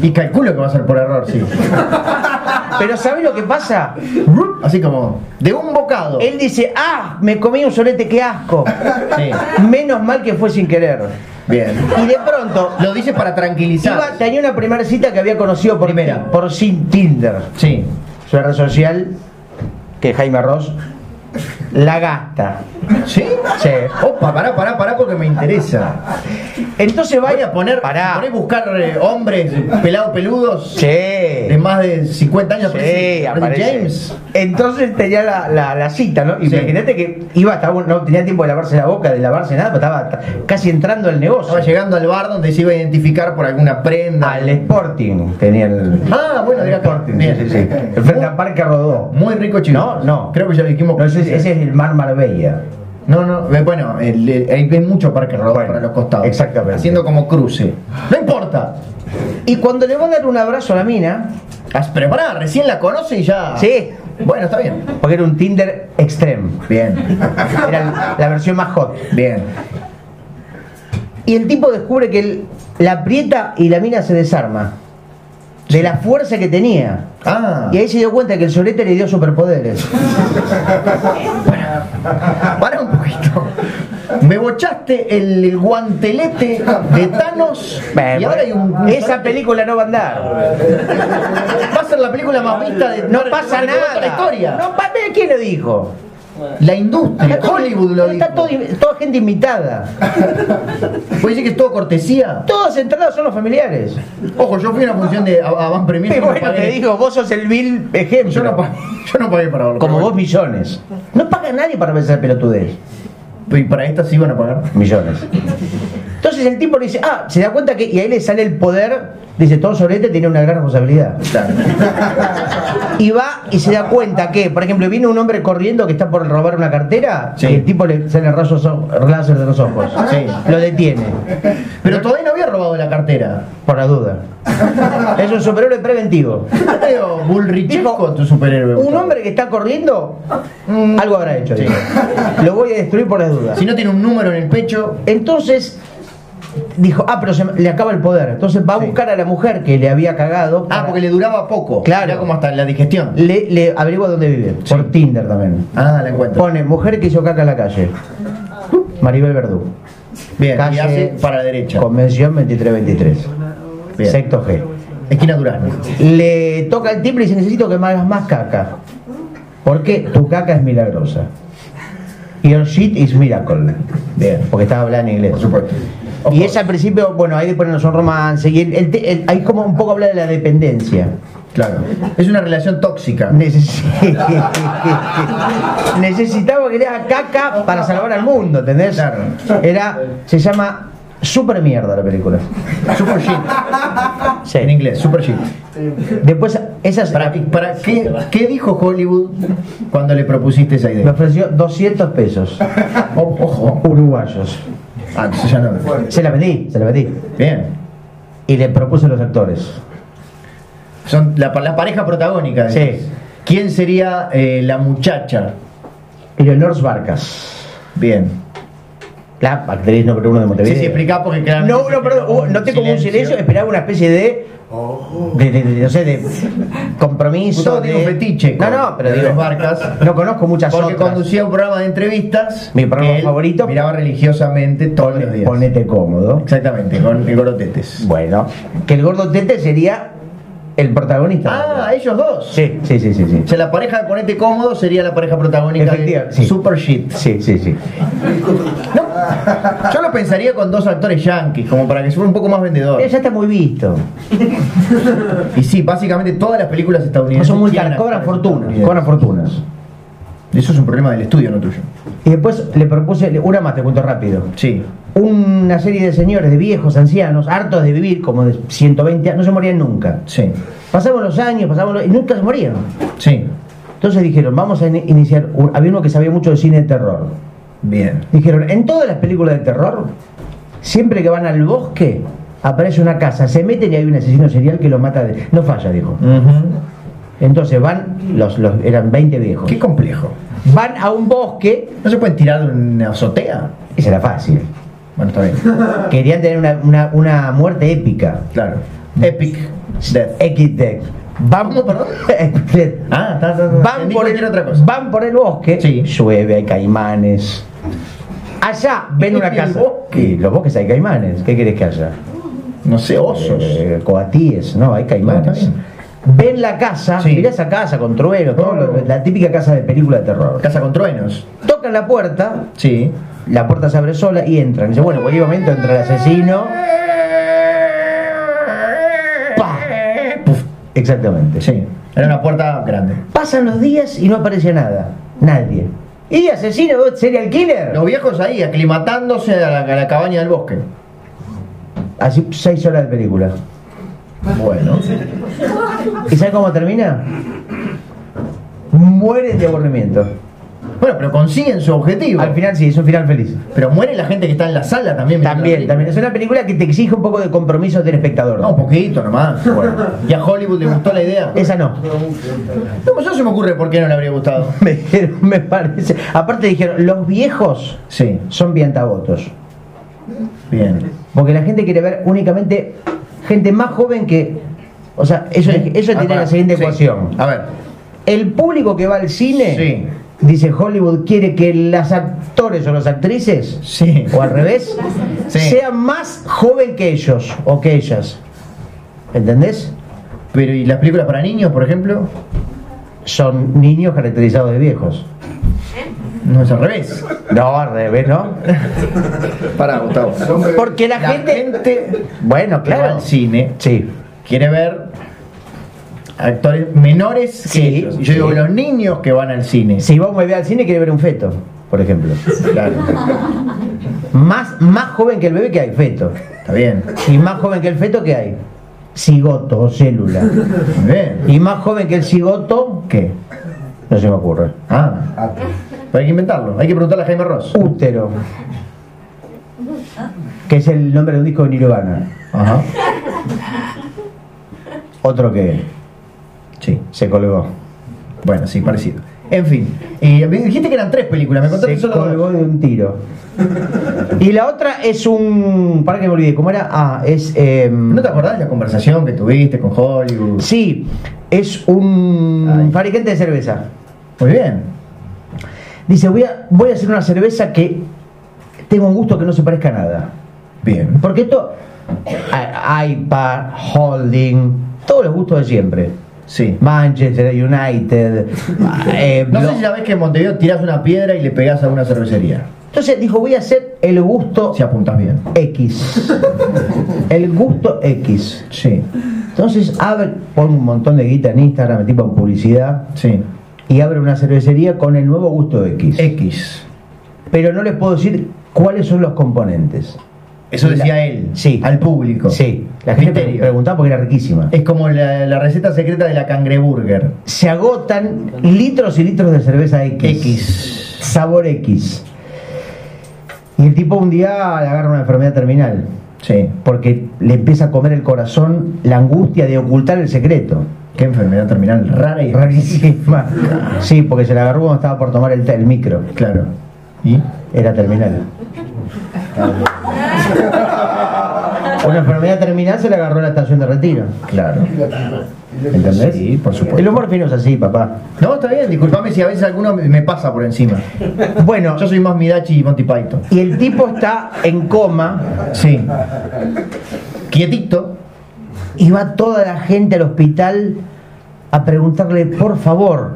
S2: y calculo que va a ser por error, sí.
S1: Pero ¿sabes lo que pasa?
S2: Así como, de un bocado.
S1: Él dice, ah, me comí un solete, qué asco.
S2: Sí,
S1: Menos mal que fue sin querer.
S2: bien.
S1: Y de pronto,
S2: Lo dices para
S1: iba-
S2: tranquilizar.
S1: tenía una primera cita que había conocido por,
S2: Primera.
S1: por sin Tinder.
S2: Sí.
S1: Su red social, que Jaime Ross, la gasta.
S2: ¿Sí?
S1: Sí.
S2: Opa, pará, pará, pará porque me interesa.
S1: Entonces
S2: Voy
S1: vaya
S2: a poner,
S1: Pará.
S2: poné buscar eh, hombres pelados peludos
S1: Sí.
S2: de más de 50 años.
S1: Sí,
S2: Parece-
S1: aparece.
S2: James.
S1: Entonces tenía la, la- la cita, ¿no?
S2: Sí.
S1: Imagínate que iba hasta un- no tenía tiempo de lavarse la boca, de lavarse nada, pero estaba t- casi entrando al negocio.
S2: Estaba llegando al bar donde se iba a identificar por alguna prenda.
S1: Al Sporting tenía el.
S2: Ah, bueno,
S1: el
S2: de acá.
S1: Sporting,
S2: Bien.
S1: sí, sí, sí. El frente al parque rodó.
S2: Muy rico chico.
S1: No, no.
S2: Creo que ya lo dijimos.
S1: No, ese, es- ese es el Mar Marbella.
S2: No, no, eh, bueno, el- el- hay hay mucho parque rodado
S1: Bueno,
S2: para los costados.
S1: exactamente.
S2: Haciendo como cruce. No importa.
S1: Y cuando le va a dar un abrazo a la mina,
S2: As- Pero pará, recién la conoce y ya.
S1: Sí.
S2: Bueno, está bien.
S1: porque era un Tinder extreme,
S2: Bien,
S1: era la versión más hot.
S2: bien.
S1: Y el tipo descubre que él la aprieta y la mina se desarma. De la fuerza que tenía.
S2: Ah,
S1: Y ahí se dio cuenta que el solete le dio superpoderes.
S2: para Ah, un poquito. Me bochaste el, el guantelete de Thanos y
S1: Bueno,
S2: ahora hay un. un
S1: esa
S2: sorete.
S1: película no va a andar.
S2: Va a ser la película más vista de.
S1: No pasa
S2: de toda
S1: nada.
S2: La historia.
S1: No pa- ¿Quién lo dijo?
S2: La industria,
S1: Está todo-
S2: Hollywood lo
S1: Está
S2: dijo.
S1: todo- toda gente invitada.
S2: ¿Puede decir que es todo cortesía?
S1: Todos entrados son los familiares.
S2: Ojo, yo fui a una función de a- Avant Premier.
S1: Pero
S2: yo no
S1: bueno,
S2: pagué.
S1: te digo, vos sos el vil ejemplo.
S2: Yo no pagué, yo no pagué para verlo.
S1: Como
S2: pero
S1: vos millones. No paga nadie para ver esa pelotudez.
S2: bueno. Y para esta sí van a pagar.
S1: Millones. Entonces el tipo le dice, ah, se da cuenta que. Y ahí le sale el poder. Dice, todo solete tiene una gran responsabilidad.
S2: Claro.
S1: Y va y se da cuenta que, por ejemplo, viene un hombre corriendo que está por robar una cartera
S2: Sí.
S1: y el tipo le sale el rayo so- láser de los ojos.
S2: Sí.
S1: Lo detiene,
S2: Pero todavía no había robado la cartera.
S1: por la duda. Es un superhéroe preventivo.
S2: Medio Bullrichesco tu superhéroe.
S1: Un hombre que está corriendo, algo habrá hecho.
S2: Sí.
S1: digo. Lo voy a destruir por la duda.
S2: Si no tiene un número en el pecho. ah,
S1: Entonces dijo, ah, pero se me- le acaba el poder. Entonces va a
S2: Sí.
S1: buscar a la mujer que le había cagado.
S2: Ah,
S1: para-
S2: porque le duraba poco.
S1: Claro.
S2: Era como hasta la digestión.
S1: le, le averigua dónde vive. Por Tinder también.
S2: Ah, la encuentro.
S1: Pone mujer que hizo caca en la calle. Maribel Verdú.
S2: Bien, y
S1: Calle-
S2: hace para la derecha.
S1: Convención 2323.
S2: Bien.
S1: Secto G.
S2: Esquina Durazno.
S1: Le toca el timbre y dice, necesito que me hagas más caca. Porque tu caca es milagrosa. Your shit is miracle. Bien, porque estaba hablando en inglés.
S2: Por supuesto.
S1: Y es al principio, bueno, ahí de ponernos un romance. Y el- el te- el- ahí como un poco habla de la dependencia.
S2: Claro. Es una relación tóxica.
S1: Neces- Necesitaba que le haga caca para salvar al mundo, ¿entendés?
S2: Claro.
S1: Era, se llama Super Mierda la película.
S2: Super shit.
S1: Sí.
S2: En inglés, super shit.
S1: Después, esas,
S2: ¿Para, para qué, qué dijo Hollywood cuando le propusiste esa
S1: me
S2: idea?
S1: ofreció 200 pesos
S2: O- Ojo.
S1: uruguayos.
S2: Ah, entonces ya no.
S1: Se la pedí, se la pedí.
S2: Bien.
S1: Y le propuse a los actores.
S2: Son la, pa- la pareja protagónica.
S1: Sí.
S2: digamos. ¿Quién sería eh, la muchacha?
S1: Eleonor Vargas,
S2: Bien.
S1: la actriz número uno de
S2: Sí,
S1: Montevideo.
S2: sí, explicá porque claramente.
S1: No, no, perdón, hubo- noté como un silencio, esperaba una especie de. de, de- de- no sé, de compromiso.
S2: Gustavo tiene un
S1: de-
S2: fetiche
S1: No,
S2: con-
S1: no, pero
S2: con
S1: digo.
S2: las barcas.
S1: No conozco muchas
S2: Porque
S1: otras.
S2: conducía un programa de entrevistas.
S1: Mi programa
S2: que él
S1: favorito.
S2: Miraba religiosamente todos los días.
S1: Ponete cómodo.
S2: Exactamente, con el gorotetes.
S1: Bueno, que el gordo Tete sería el protagonista.
S2: Ah, ellos dos.
S1: Sí, sí, sí, sí. sí.
S2: O sea, la pareja de Ponete Cómodo sería la pareja protagónica de
S1: Efectiva, sí.
S2: Super Shit.
S1: Sí, sí, sí.
S2: Yo lo pensaría con dos actores yankees, como para que fuera un poco más vendedor.
S1: Pero ya está muy visto.
S2: Y sí, básicamente todas las películas estadounidenses.
S1: son muy
S2: tienen
S1: caras, cobran
S2: actores
S1: fortunas.
S2: estadounidenses.
S1: Cobran fortunas.
S2: Eso es un problema del estudio, no tuyo.
S1: Y después le propuse, una más te cuento rápido.
S2: Sí.
S1: Una serie de señores, de viejos, ancianos, hartos de vivir, como de 120 años, no se morían nunca.
S2: Sí,
S1: Pasaban los años, pasaban los... y nunca se morían.
S2: sí.
S1: Entonces dijeron, vamos a in- iniciar... un- Había uno que sabía mucho de cine de terror.
S2: Bien.
S1: Dijeron, en todas las películas de terror, siempre que van al bosque, aparece una casa, se meten y hay un asesino serial que lo mata de... No falla, dijo.
S2: Ujú.
S1: Entonces van, los, los eran 20 viejos.
S2: Qué complejo.
S1: Van a un bosque,
S2: ¿No se pueden tirar de una azotea?
S1: esa era fácil.
S2: Bueno, está bien.
S1: Querían tener una, una- una muerte épica.
S2: Claro. Epic Death.
S1: X-Deck. Van,
S2: ¿Cómo, perdón?
S1: Epic Death.
S2: Ah, está, está, está.
S1: Van
S2: Entendí
S1: por, el,
S2: cualquier otra cosa.
S1: van por el bosque,
S2: Sí.
S1: llueve, hay caimanes. Allá ven una
S2: ¿Y el
S1: casa.
S2: bosque?
S1: Y los bosques hay caimanes. ¿Qué querés que haya?
S2: No sé, osos.
S1: Eh, coatíes, no, hay
S2: No,
S1: caimanes.
S2: Ah, está bien.
S1: Ven la casa,
S2: Sí. Oh.
S1: mirá esa casa con truenos, todo
S2: No, no.
S1: lo- la típica casa de película de terror.
S2: Casa con truenos.
S1: Tocan la puerta,
S2: Sí.
S1: la puerta se abre sola y entran. Dice, bueno, en cualquier momento entra el asesino. Eh. ¡Pah! Puf, Exactamente.
S2: Sí. Era una puerta grande.
S1: Pasan los días y no aparece nada. Nadie. ¿Y asesino? ¿Serial killer?
S2: Los viejos ahí, aclimatándose a la, a la cabaña del bosque.
S1: Así seis horas de película.
S2: Bueno.
S1: ¿Y sabes cómo termina? Mueren de aburrimiento.
S2: Bueno, pero consiguen su objetivo.
S1: Al final sí, es un final feliz.
S2: Pero muere la gente que está en la sala también. mirando
S1: También,
S2: la
S1: también. Es
S2: película.
S1: una película que te exige un poco de compromiso del espectador.
S2: No, Ah, un poquito nomás. Bueno. ¿Y a Hollywood le gustó la idea?
S1: Esa no.
S2: No, pues no se me ocurre por qué no le habría gustado.
S1: Me, dijeron, me parece. Aparte dijeron, los viejos
S2: Sí,
S1: son piantabotos.
S2: bien.
S1: Porque la gente quiere ver únicamente gente más joven que. O sea, eso, eso
S2: Ah,
S1: tiene
S2: pará.
S1: la siguiente
S2: Sí.
S1: ecuación.
S2: A ver.
S1: El público que va al cine,
S2: Sí.
S1: dice Hollywood, quiere que las actores o las actrices,
S2: Sí.
S1: o al revés,
S2: Sí.
S1: sean más joven que ellos o que ellas. ¿Entendés?
S2: Pero ¿y las películas para niños, por ejemplo?
S1: Son niños caracterizados de viejos. ¿Eh?
S2: No es al revés.
S1: No, al revés, ¿no?
S2: Para, Gustavo.
S1: Porque la,
S2: La
S1: gente...
S2: gente
S1: Bueno,
S2: que va
S1: claro.
S2: al cine
S1: Sí.
S2: quiere ver actores menores que
S1: Sí,
S2: ellos. Y Yo digo,
S1: sí.
S2: los niños que van al cine.
S1: Si vos me ve al cine, quiere ver un feto, por ejemplo.
S2: Claro.
S1: Más, más joven que el bebé que hay, feto.
S2: Está bien.
S1: Y más joven que el feto que hay, cigoto o célula.
S2: Muy bien.
S1: Y más joven que el cigoto,
S2: ¿Qué?
S1: no se me ocurre.
S2: Ah. Pero hay que inventarlo. Hay que preguntarle a Jaime Ross.
S1: Útero. Que es el nombre de un disco de Nirvana.
S2: Ajá.
S1: Otro que
S2: Sí.
S1: se colgó.
S2: Bueno, sí, parecido. En fin. Y me dijiste que eran tres películas. Me contaste
S1: Se
S2: solo dos.
S1: colgó de un tiro. Y la otra es un. Para que me olvide, ¿cómo era? Ah, es. em,
S2: ¿No te acordás de la conversación que tuviste con Hollywood?
S1: Sí, es un
S2: Ay.
S1: fabricante de cerveza.
S2: Muy bien.
S1: Dice, voy a, voy a hacer una cerveza que tengo un gusto que no se parezca a nada.
S2: Bien.
S1: Porque esto, a- iPad, Holding, todos los gustos de siempre.
S2: Sí.
S1: Manchester United. eh,
S2: No
S1: lo-
S2: sé si sabés que en Montevideo tirás una piedra y le pegás a una cervecería.
S1: Entonces dijo, voy a hacer el gusto
S2: Si apuntás bien.
S1: X. El gusto X.
S2: Sí.
S1: Entonces abre, pone un montón de guita en Instagram, el tipo en publicidad,
S2: Sí.
S1: y abre una cervecería con el nuevo gusto X.
S2: X.
S1: Pero no les puedo decir cuáles son los componentes.
S2: Eso
S1: La-
S2: decía él.
S1: Sí.
S2: Al público.
S1: Sí, la gente pre-
S2: Criterio.
S1: preguntaba Eh. porque era riquísima.
S2: Es como la, la receta secreta de la cangreburger.
S1: Se agotan litros y litros de cerveza X.
S2: X.
S1: Sabor X. Y el tipo un día le agarra una enfermedad terminal.
S2: Sí.
S1: Porque le empieza a comer el corazón la angustia de ocultar el secreto.
S2: Qué enfermedad terminal rara y
S1: Rarísima. Sí, porque se la agarró cuando estaba por tomar el, té- el micro.
S2: Claro. ¿Y?
S1: Era terminal. Una enfermedad terminal se la agarró en la estación de retiro.
S2: Claro.
S1: ¿Entendés?
S2: Sí, por supuesto.
S1: El humor fino es así, papá.
S2: No, está bien, disculpame si a veces alguno me me pasa por encima.
S1: Bueno,
S2: Yo soy más Midachi y Monty Python.
S1: y el tipo está en coma
S2: Sí. Quietito.
S1: y va toda la gente al hospital a preguntarle, por favor,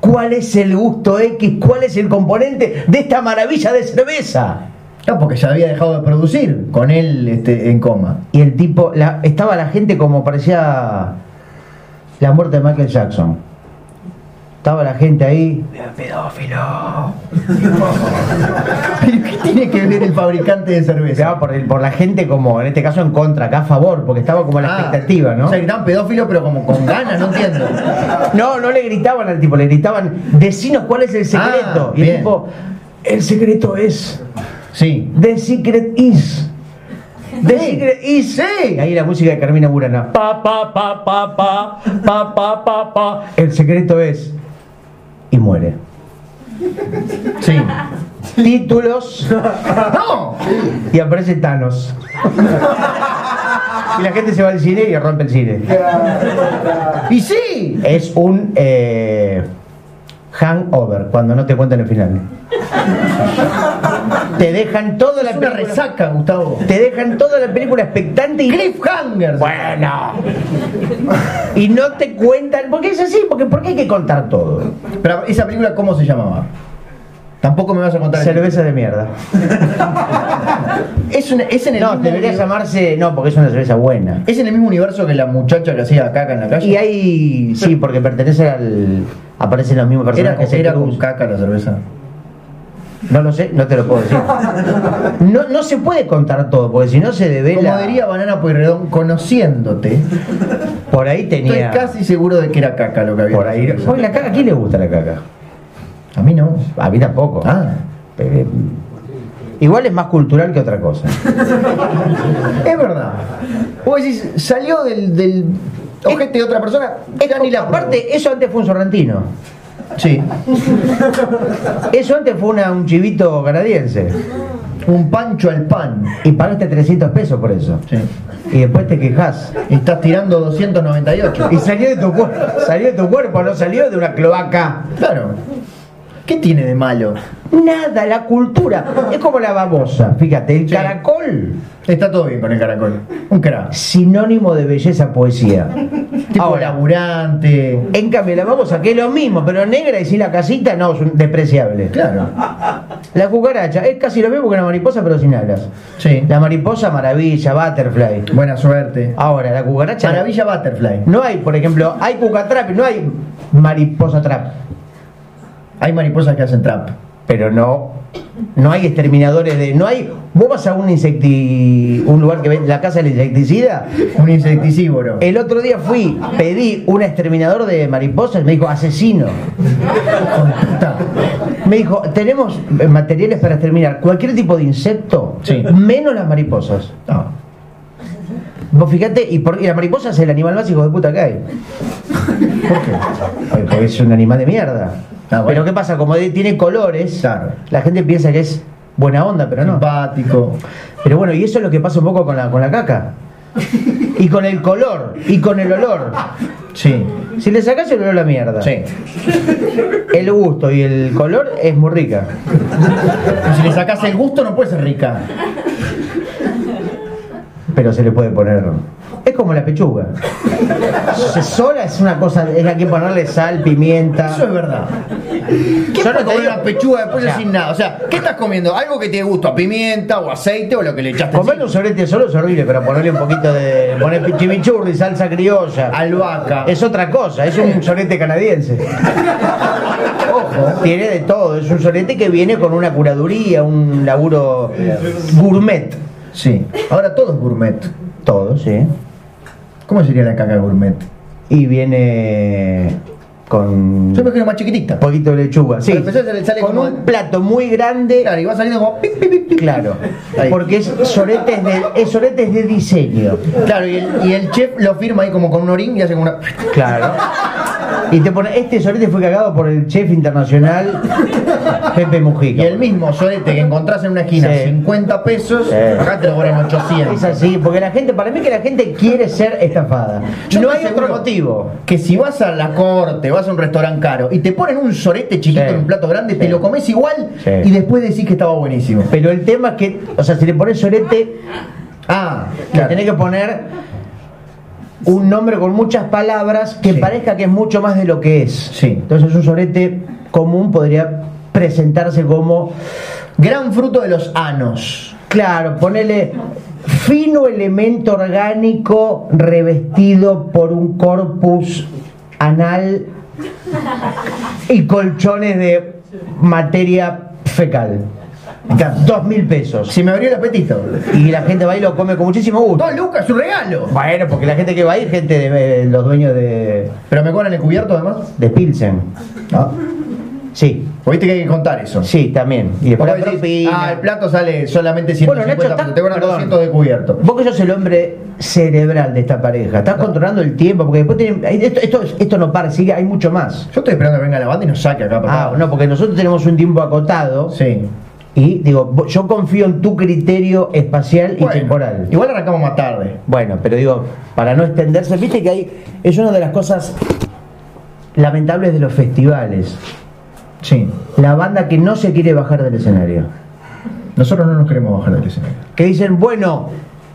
S1: ¿cuál es el gusto X? ¿Cuál es el componente de esta maravilla de cerveza?
S2: No, porque ya había dejado de producir con él este, en coma.
S1: Y el tipo, la- estaba la gente como parecía la muerte de Michael Jackson. Estaba la gente ahí. Pedófilo.
S2: ¿Pero qué tiene que ver el fabricante de cerveza?
S1: Estaba por, el- por la gente como, en este caso en contra, acá a favor, porque estaba como la
S2: Ah,
S1: expectativa, ¿no?
S2: O sea, gritaban pedófilo, pero como con ganas, no entiendo.
S1: No, no le gritaban al tipo, le gritaban, decinos cuál es el secreto.
S2: Ah,
S1: y el
S2: bien.
S1: tipo, el secreto es,
S2: Sí.
S1: the secret is. The secret is.
S2: Sí.
S1: Y ahí la música de Carmina Burana. Pa, pa, pa, pa, pa, pa, pa, pa, pa. El secreto es. Y muere.
S2: Sí.
S1: Títulos.
S2: ¡No!
S1: Y aparece Thanos. Y la gente se va al cine y rompe el cine.
S2: ¡Y sí!
S1: Es un eh, hangover, cuando no te cuentan el final. Te dejan toda la
S2: Es una
S1: película.
S2: resaca, Gustavo.
S1: Te dejan toda la película expectante y.
S2: Cliffhanger.
S1: Bueno. Y no te cuentan, porque es así, porque ¿por qué hay que contar todo?
S2: Pero esa película, ¿cómo se llamaba? Tampoco me vas a contar. el-
S1: Cerveza de mierda.
S2: Es, una- es en el
S1: No,
S2: mismo
S1: debería
S2: universo-
S1: llamarse, no, porque es una cerveza buena.
S2: Es en el mismo universo que la muchacha que hacía caca en la calle.
S1: Y ahí, sí, porque pertenece al aparecen los mismos
S2: era
S1: personajes.
S2: con,
S1: se
S2: era con
S1: cruzan.
S2: caca la cerveza.
S1: No lo sé, no te lo puedo decir. No, no se puede contar todo, porque si no se devela.
S2: Como diría Banana Pueyrredón, conociéndote,
S1: por ahí
S2: estoy
S1: tenía.
S2: casi seguro de que era caca lo que había.
S1: Por ahí.
S2: en la
S1: Oye,
S2: cerveza.
S1: la caca, ¿a quién le gusta la caca?
S2: A mí no.
S1: A mí tampoco.
S2: Ah.
S1: Eh, igual es más cultural que otra cosa.
S2: Es verdad. Vos decís, salió del, del ojete de otra persona, era ni la
S1: Aparte, eso antes fue un sorrentino.
S2: pruebo. Sí.
S1: Eso antes fue una- un chivito canadiense.
S2: Un pancho al pan.
S1: Y pagaste 300 pesos por eso.
S2: Sí.
S1: Y después te quejas.
S2: Y estás tirando 298.
S1: Y salió de tu cuerpo, salió de tu cuerpo, no salió de una cloaca.
S2: Claro. ¿Qué tiene de malo?
S1: Nada, la cultura. Es como la babosa. Fíjate, el
S2: Sí.
S1: caracol,
S2: Está todo bien con el caracol. Un crack.
S1: sinónimo de belleza, poesía.
S2: Tipo
S1: Ahora,
S2: laburante.
S1: en cambio, la babosa, que es lo mismo, pero negra y sin la casita, no, es un despreciable.
S2: Claro.
S1: La cucaracha, es casi lo mismo que una mariposa, pero sin alas.
S2: Sí.
S1: La mariposa, maravilla, butterfly.
S2: Buena suerte.
S1: Ahora, la cucaracha.
S2: Maravilla Butterfly.
S1: No hay, por ejemplo, hay cucatrap, no hay mariposa trap.
S2: Hay mariposas que hacen trap.
S1: pero no no hay exterminadores de no hay vos vas a un insecti un lugar que vende la casa del insecticida
S2: Un insecticívoro.
S1: el otro día fui pedí un exterminador de mariposas y me dijo asesino
S2: Hijo de puta.
S1: me dijo tenemos eh, materiales para exterminar cualquier tipo de insecto
S2: Sí.
S1: menos las mariposas
S2: No.
S1: vos fíjate y, por, y la mariposa es el animal más hijo de puta que hay
S2: ¿Por qué?
S1: porque es un animal de mierda
S2: Ah, bueno.
S1: pero qué pasa como de- tiene colores
S2: Claro.
S1: la gente piensa que es buena onda pero no
S2: Simpático.
S1: Pero bueno, y eso es lo que pasa un poco con la, con la caca. Y con el color, y con el olor.
S2: Sí.
S1: Si le sacas el olor a la mierda,
S2: Sí.
S1: el gusto y el color es muy rica.
S2: Si le sacas el gusto, no puede ser rica.
S1: Pero se le puede poner. Es como la pechuga. Se- Sola es una cosa, es hay que ponerle sal, pimienta.
S2: Eso es verdad. ¿Qué
S1: Yo
S2: Yo
S1: no te
S2: comer
S1: digo-
S2: una pechuga de pollo
S1: O sea,
S2: sin nada? O sea, ¿qué estás comiendo? Algo que te gusto, a pimienta o aceite o lo que le echaste.
S1: Comer un
S2: encima.
S1: sobrete solo es horrible, pero ponerle un poquito de. poner chimichurri, salsa criolla.
S2: Ah. Albahaca.
S1: Es otra cosa, es un solete canadiense. Ojo, tiene de todo, es un solete que viene con una curaduría, un laburo gourmet.
S2: Sí. Ahora todo es gourmet.
S1: Todo, sí.
S2: ¿Cómo sería la caca gourmet?
S1: Y viene con
S2: Yo me imagino más chiquitita.
S1: un poquito de lechuga, sí.
S2: Pero empezó, se le sale
S1: con
S2: como-
S1: un plato muy grande,
S2: Claro, y va saliendo como pip, pip, pip, pip.
S1: claro.
S2: Ahí.
S1: Porque es soletes de, es soletes de diseño.
S2: Claro, y el, y el chef lo firma ahí como con un orín y hace como una.
S1: Claro. Y te pone, este solete fue cagado por el chef internacional Pepe
S2: Y
S1: Mujica.
S2: el mismo solete que encontrás en una esquina,
S1: Sí.
S2: 50 pesos,
S1: Sí.
S2: acá te lo cobran
S1: Es
S2: 800.
S1: así, porque la gente, para mí que la gente quiere ser estafada.
S2: Yo
S1: no
S2: te
S1: hay
S2: aseguro
S1: otro motivo.
S2: Que si vas a la corte, vas a un restaurante caro y te ponen un sorete chiquito
S1: Sí.
S2: en un plato grande, te
S1: Sí.
S2: lo comes igual
S1: Sí.
S2: y después decís que estaba buenísimo.
S1: Pero el tema es que, o sea, si le pones solete,
S2: Ah,
S1: le
S2: claro.
S1: tenés que poner un nombre con muchas palabras que
S2: Sí.
S1: parezca que es mucho más de lo que es.
S2: Sí.
S1: Entonces un solete común podría presentarse como,
S2: Gran fruto de los anos.
S1: claro, ponele fino elemento orgánico revestido por un corpus anal y colchones de materia fecal. Dos mil pesos.
S2: Se me abrió el apetito.
S1: Y la gente va y lo come con muchísimo gusto.
S2: Dos lucas, es un regalo.
S1: Bueno, porque la gente que va ahí, gente de eh, los dueños de,
S2: Pero me cobran el cubierto además.
S1: de Pilsen.
S2: Ah,
S1: Sí,
S2: Oíste que hay que contar eso.
S1: sí, también. Y después
S2: Porque
S1: la
S2: decís,
S1: propina.
S2: ah, el plato sale solamente
S1: Bueno,
S2: 150
S1: Nacho,
S2: pesos,
S1: está-
S2: te cobran
S1: perdón.
S2: 200 de cubierto.
S1: Vos que sos el hombre cerebral de esta pareja.
S2: Ah.
S1: Estás controlando el tiempo, porque después tienen- ahí- Esto, esto, esto no para, sigue, hay mucho más.
S2: Yo estoy esperando que venga la banda y nos saque acá. papá.
S1: Ah, no, porque nosotros tenemos un tiempo acotado.
S2: Sí.
S1: Y digo, vos- yo confío en tu criterio espacial y
S2: Bueno,
S1: temporal.
S2: Igual arrancamos más tarde.
S1: Bueno, pero digo, para no extenderse, viste que hay. Es una de las cosas lamentables de los festivales.
S2: Sí.
S1: La banda que no se quiere bajar del escenario.
S2: Nosotros no nos queremos bajar del escenario.
S1: Que dicen, bueno,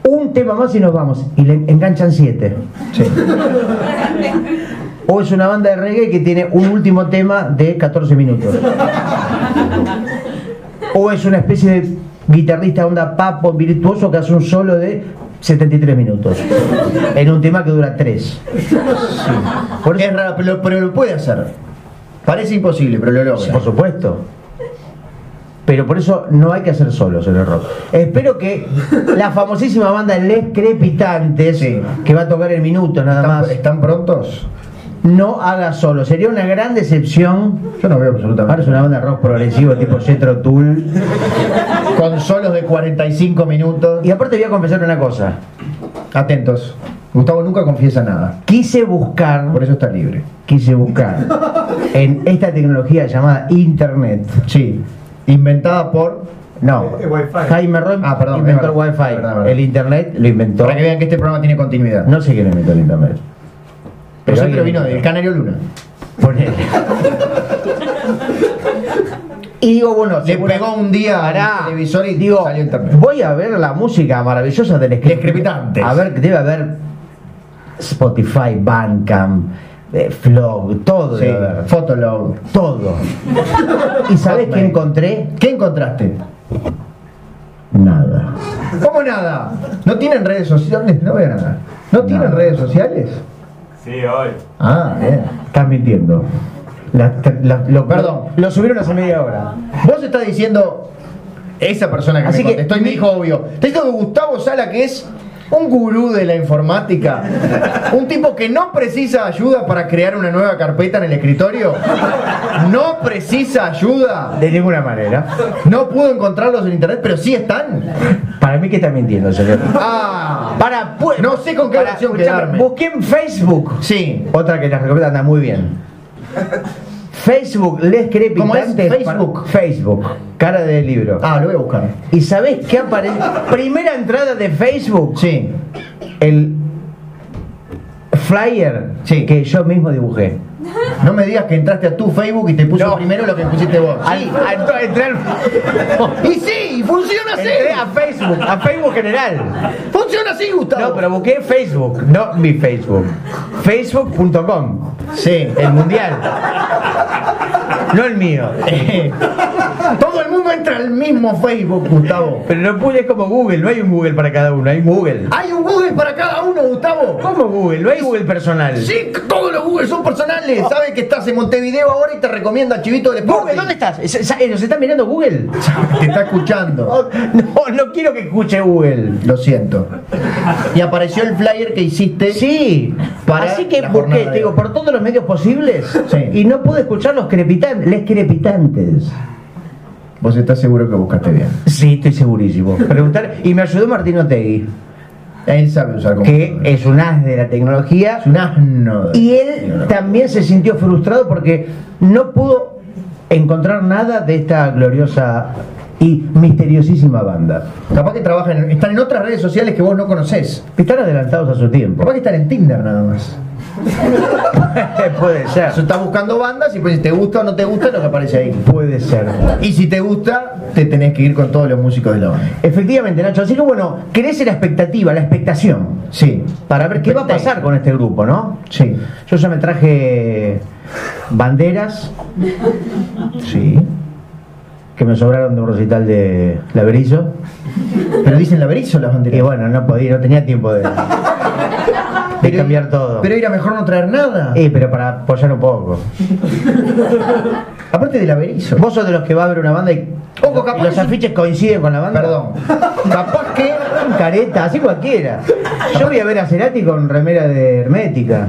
S1: un tema más y nos vamos. Y le enganchan siete.
S2: Sí.
S1: O es una banda de reggae que tiene un último tema de 14 minutos. O es una especie de guitarrista onda papo virtuoso que hace un solo de 73 minutos. En un tema que dura 3.
S2: Por eso- es raro, pero, pero lo puede hacer. Parece imposible, pero lo logra.
S1: Por supuesto. Pero por eso no hay que hacer solos en el rock. Espero que la famosísima banda Les Crepitantes,
S2: Sí.
S1: que va a tocar el minuto nada
S2: ¿Están,
S1: más,
S2: están prontos?
S1: no haga solo. Sería una gran decepción.
S2: Yo no veo
S1: Ahora es
S2: absolutamente.
S1: una banda de rock progresivo tipo Jetro Tool.
S2: Con solos de 45 minutos.
S1: Y aparte voy a confesar una cosa.
S2: Atentos. Gustavo nunca confiesa nada.
S1: Quise buscar,
S2: Por eso está libre.
S1: quise buscar en esta tecnología llamada Internet.
S2: Sí. Inventada por.
S1: No,
S3: Eh, Wi-Fi.
S1: Jaime Roy
S2: Ah, perdón,
S1: inventó
S2: es
S1: el
S2: verdad,
S1: Wi-Fi.
S2: es verdad, es verdad.
S1: El Internet lo inventó.
S2: Para que vean que este programa tiene continuidad.
S1: No sé quién lo inventó el Internet.
S2: pero siempre
S1: alguien
S2: vino
S1: lo
S2: del
S1: inventó.
S2: Canario Luna.
S1: Ponele. Y digo, bueno,
S2: Le
S1: segura-
S2: pegó un día
S1: Pará,
S2: al televisor y
S1: digo,
S2: salió internet.
S1: voy a ver la música maravillosa del escri-
S2: Discrepitantes.
S1: A ver, debe haber Spotify, Bandcamp, eh, Flow, todo
S2: Sí.
S1: debe haber.
S2: Fotolog.
S1: Todo. ¿Y sabes qué
S2: Hotmail.
S1: encontré?
S2: ¿Qué encontraste?
S1: Nada.
S2: ¿Cómo nada? ¿No tienen redes sociales? No veo nada. ¿No tienen
S1: No.
S2: redes sociales?
S3: Sí, hoy.
S2: Ah, bien.
S1: Estás mintiendo. La- la- lo,
S2: Perdón.
S1: Lo subieron hace media hora.
S2: Vos estás diciendo, esa persona que
S1: Así
S2: me
S1: que-
S2: contestó y me dijo obvio, te digo que Gustavo Sala, que es un gurú de la informática, un tipo que no precisa ayuda para crear una nueva carpeta en el escritorio, no precisa ayuda,
S1: De ninguna manera.
S2: no pudo encontrarlos en internet, pero sí están.
S1: Para mí que está mintiendo, señor.
S2: Ah,
S1: Para, pues,
S2: No sé con qué
S1: para-
S2: versión
S1: escuchame,
S2: quedarme.
S1: Busqué en Facebook.
S2: sí.
S1: Otra que les recomiendo anda muy bien. Facebook, les
S2: ¿Cómo es?
S1: crepitantes. para-
S2: Facebook.
S1: Facebook. Cara de libro.
S2: Ah, lo voy a buscar.
S1: ¿Y sabés qué aparece? Primera entrada de Facebook.
S2: Sí.
S1: El flyer
S2: Sí.
S1: que yo mismo dibujé.
S2: No me digas que entraste a tu Facebook y te puso
S1: No. Ah.
S2: primero lo que pusiste vos. Sí.
S1: Al- al- to- entré, al-
S2: Y sí, funciona así.
S1: entré a Facebook, a Facebook general.
S2: Funciona así, Gustavo.
S1: No, pero busqué Facebook, no mi Facebook. Facebook.com,
S2: Sí.
S1: el mundial. No el mío.
S2: Todo el mundo entra al mismo Facebook, Gustavo.
S1: Pero no pude, es como Google, no hay un Google para cada uno, hay un Google.
S2: Hay un Google para cada uno, Gustavo.
S1: ¿Cómo Google? No hay Google personal.
S2: Sí, todos los Google son personales. Sabe que estás en Montevideo ahora y te recomienda Chivito del Sporting.
S1: Google, ¿dónde estás? ¿Se- se- ¿Nos está mirando Google?
S2: Te está escuchando.
S1: No, no quiero que escuche Google.
S2: Lo siento. Y apareció el flyer que hiciste.
S1: Sí,
S2: Para
S1: así que
S2: la
S1: busqué,
S2: jornada
S1: te
S2: de
S1: digo,
S2: hoy.
S1: por todos los medios posibles
S2: Sí.
S1: y no pude escuchar los crepitantes, les crepitantes.
S2: Vos estás seguro que buscaste bien.
S1: Sí, estoy segurísimo. Preguntar, y me ayudó Martín Otegui,
S2: Él sabe usar
S1: que
S2: computadora.
S1: es un as de la tecnología,
S2: Es un asno.
S1: y él también se sintió frustrado porque no pudo encontrar nada de esta gloriosa y misteriosísima banda.
S2: Capaz que trabajan, en- están en otras redes sociales que vos no conocés.
S1: Están adelantados a su tiempo.
S2: Capaz que están en Tinder nada más.
S1: Puede ser.
S2: Eso Ah, estás buscando bandas y pues si te gusta o no te gusta es lo que aparece ahí.
S1: Puede ser.
S2: Y si te gusta, te tenés que ir con todos los músicos de la banda.
S1: Efectivamente, Nacho. Así que bueno, crece la expectativa, la expectación.
S2: Sí,
S1: Para ver qué va a pasar con este grupo, ¿no?
S2: sí,
S1: Yo ya me traje banderas
S2: sí.
S1: que me sobraron de un recital de Laberizo.
S2: Pero dicen la berizo las
S1: Y
S2: banderas.
S1: bueno, no podía, no tenía tiempo de, de cambiar todo.
S2: Pero era mejor no traer nada.
S1: Eh, pero para
S2: pues
S1: apoyar un poco.
S2: Aparte del averizo.
S1: Vos sos de los que va a ver una banda y
S2: Ojo, capaz
S1: los
S2: que-
S1: afiches coinciden con la banda.
S2: Perdón. Capaz que.
S1: Careta, así cualquiera. Yo voy a ver a Cerati con remera de Hermética.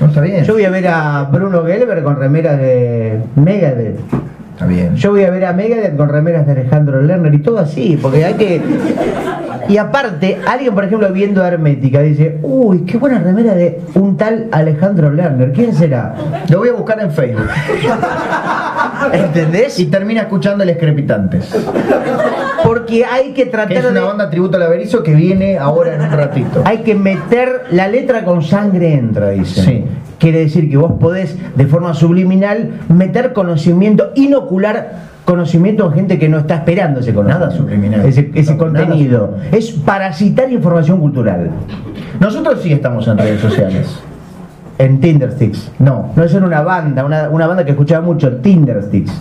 S2: No, está bien.
S1: Yo voy a ver a Bruno Gelber con remeras de Megadeth.
S2: Está bien.
S1: Yo voy a ver a Megadeth con remeras de Alejandro Lerner y todo así, porque hay que. Y aparte, alguien, por ejemplo, viendo a Hermética dice: Uy, qué buena remera de un tal Alejandro Lerner. ¿Quién será?
S2: Lo voy a buscar en Facebook. Ah,
S1: ¿Entendés?
S2: Y termina escuchando el Escrepitantes.
S1: Porque hay que
S2: Que es
S1: tratar de.
S2: una banda tributo al averizo que viene ahora en un ratito.
S1: Hay que meter la letra con sangre entra, dice.
S2: Sí.
S1: Quiere decir que vos podés, de forma subliminal, meter conocimiento, inocular conocimiento a gente que no está esperando ese conocimiento.
S2: Nada subliminal.
S1: Ese, ese
S2: No, nada
S1: contenido. Es parasitar información cultural.
S2: Nosotros sí estamos en redes sociales.
S1: En Tindersticks.
S2: No.
S1: No es en una banda, una, una banda que escuchaba mucho, Tindersticks.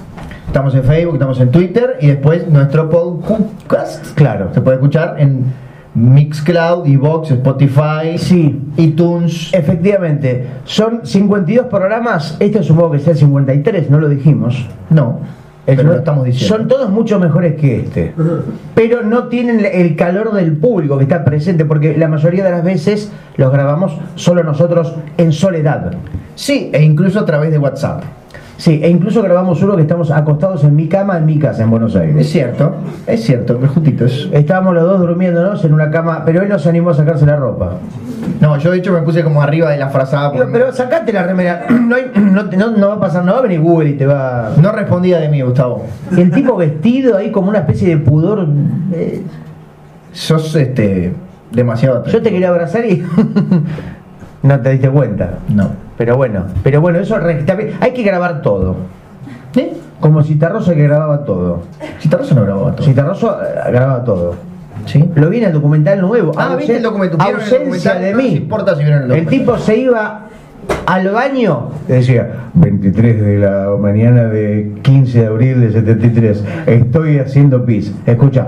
S2: Estamos en Facebook, estamos en Twitter y después nuestro podcast
S1: Claro.
S2: se puede escuchar en Mixcloud, Evox, Spotify,
S1: Sí.
S2: iTunes.
S1: Efectivamente, son 52 programas, este supongo que sea el 53, no lo dijimos.
S2: No,
S1: El
S2: pero
S1: no-
S2: lo estamos diciendo.
S1: Son todos mucho mejores que este. Pero no tienen el calor del público que está presente, porque la mayoría de las veces los grabamos solo nosotros en soledad.
S2: Sí, e incluso a través de WhatsApp.
S1: Sí, e incluso grabamos uno que estamos acostados en mi cama, en mi casa, en Buenos
S2: Es
S1: Aires.
S2: cierto, es cierto, juntitos.
S1: Estábamos los dos durmiéndonos en una cama, pero él nos animó a sacarse la ropa.
S2: No, yo de hecho me puse como arriba de la frazada
S1: Digo,
S2: porque
S1: pero sacate la remera, no, hay- no te- no- no va a pasar, no va a venir Google y te va...
S2: no respondía de mí, Gustavo.
S1: Y el tipo vestido ahí como una especie de pudor... eh,
S2: Sos este demasiado
S1: yo
S2: atractivo.
S1: te quería abrazar y... no te diste cuenta.
S2: No.
S1: Pero bueno, pero bueno, eso re- también- hay que grabar todo.
S2: ¿Eh?
S1: Como Citarrosa que grababa todo.
S2: Citarroso no grababa todo.
S1: Citarroso eh, grababa todo.
S2: ¿Sí?
S1: Lo vi en el documental nuevo.
S2: Ah,
S1: ausen-
S2: ¿viste el documental? ¿Vieron el
S1: Ausencia
S2: documental?
S1: de
S2: No
S1: mí.
S2: nos importa si vieron el documental.
S1: tipo se iba al baño. Decía, 23 de la mañana de 15 de abril de 73, estoy haciendo pis. Escucha,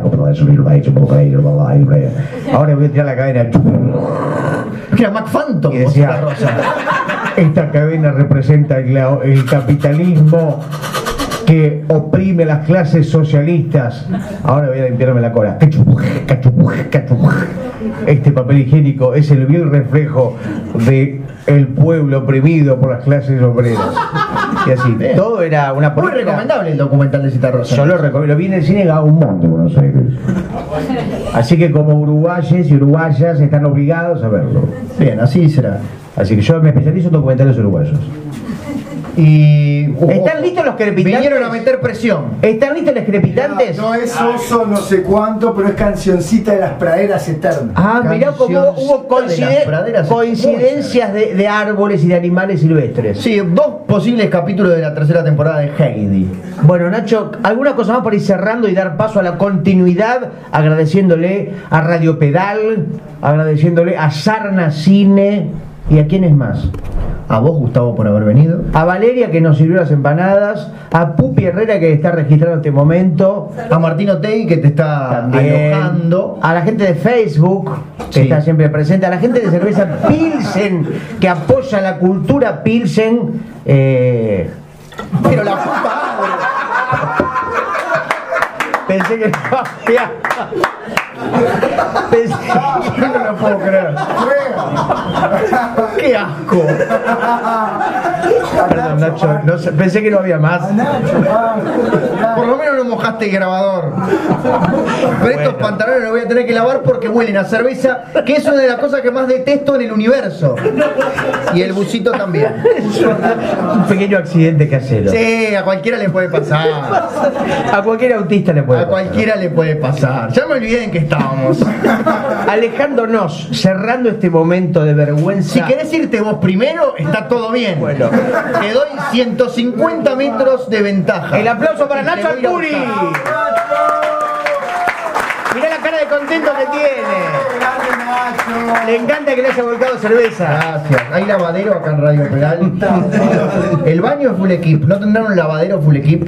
S1: ahora voy a tirar la cadena.
S2: Era Mac Phantom.
S1: Y
S2: o
S1: decía,
S2: Citarrosa.
S1: esta cadena representa el, la- el capitalismo que oprime las clases socialistas. Ahora voy a limpiarme la cola. Cachupuj, cachupuj, cachupuj. Este papel higiénico es el vil reflejo de el pueblo oprimido por las clases obreras. Y así,
S2: Bien.
S1: todo era una
S2: Muy
S1: política.
S2: recomendable el documental de Citarrosa.
S1: Yo lo recomiendo, lo vi en el cine Gaumont de Buenos Aires. Así que como uruguayes y uruguayas están obligados a verlo.
S2: Bien, así será.
S1: Así que yo me especializo en documentales uruguayos.
S2: Y.
S1: ¿Están listos los crepitantes?
S2: Vinieron a meter presión.
S1: ¿Están listos los crepitantes?
S3: No es oso, no sé cuánto, pero es cancioncita de las praderas eternas.
S1: Ah, mirá cómo hubo- hubo
S2: Cancioncita de las praderas
S1: coincide- coincidencias de, de árboles y de animales silvestres.
S2: Sí, dos posibles capítulos de la tercera temporada de Heidi.
S1: Bueno, Nacho, algunas cosas más para ir cerrando y dar paso a la continuidad, agradeciéndole a Radio Pedal, agradeciéndole a Sarna Cine y a quiénes más.
S2: A vos, Gustavo, por haber venido.
S1: A Valeria que nos sirvió las empanadas, a Pupi Herrera que está registrado en este momento,
S2: A Martino Tei, que te está
S1: también
S2: alojando.
S1: a la gente de Facebook que
S2: Sí.
S1: está siempre presente, a la gente de cerveza Pilsen que apoya la cultura Pilsen. eh,
S2: Pero la puta madre.
S1: pensé que no había- pensé-
S2: Yo no lo puedo creer.
S1: Ah.
S2: ¡Qué asco!
S1: Perdón, Nacho, no sé, pensé que no había más.
S2: Por lo menos no mojaste el grabador. Pero estos pantalones los voy a tener que lavar porque huelen a cerveza, que es una de las cosas que más detesto en el universo. Y el busito también.
S1: Un pequeño accidente casero.
S2: Sí, a cualquiera le puede pasar.
S1: A cualquier autista le puede.
S2: A
S1: pasar.
S2: cualquiera le puede pasar. Ya me olvidé en que estábamos.
S1: Alejándonos, cerrando este momento de vergüenza.
S2: Si querés irte vos primero, está todo bien.
S1: Bueno.
S2: Te doy 150 metros de ventaja.
S1: El aplauso para
S2: Y te
S1: Nacho
S2: voy a
S1: Arcuri.
S2: buscar.
S1: Mirá la cara de contento que tiene. Le encanta que le haya volcado cerveza.
S2: Gracias. Hay lavadero acá en Radio Peralta. El baño es full equip. ¿No tendrán un lavadero full equip?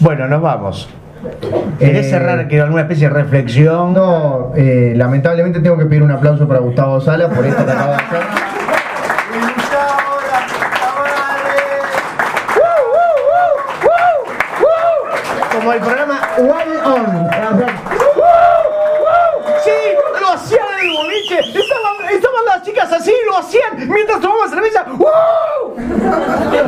S1: Bueno, nos vamos. ¿Querés
S2: Eh,
S1: cerrar que alguna especie de reflexión?
S2: No, eh, lamentablemente tengo que pedir un aplauso para Gustavo Sala por esto que acaba de hacer.
S1: Como el programa One On. Sí, lo hacían en el boliche. Estaban, estaban las chicas así, lo hacían mientras tomaban cerveza. ¡Woo!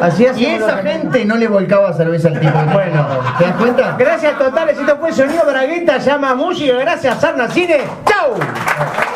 S1: Así es.
S2: Y esa gente no le volcaba cerveza al tipo. Bueno, ¿te das cuenta?
S1: Gracias totales. Esto fue Sonido Bragueta. Llama a música. Gracias, Sarna Cine. ¡Chau!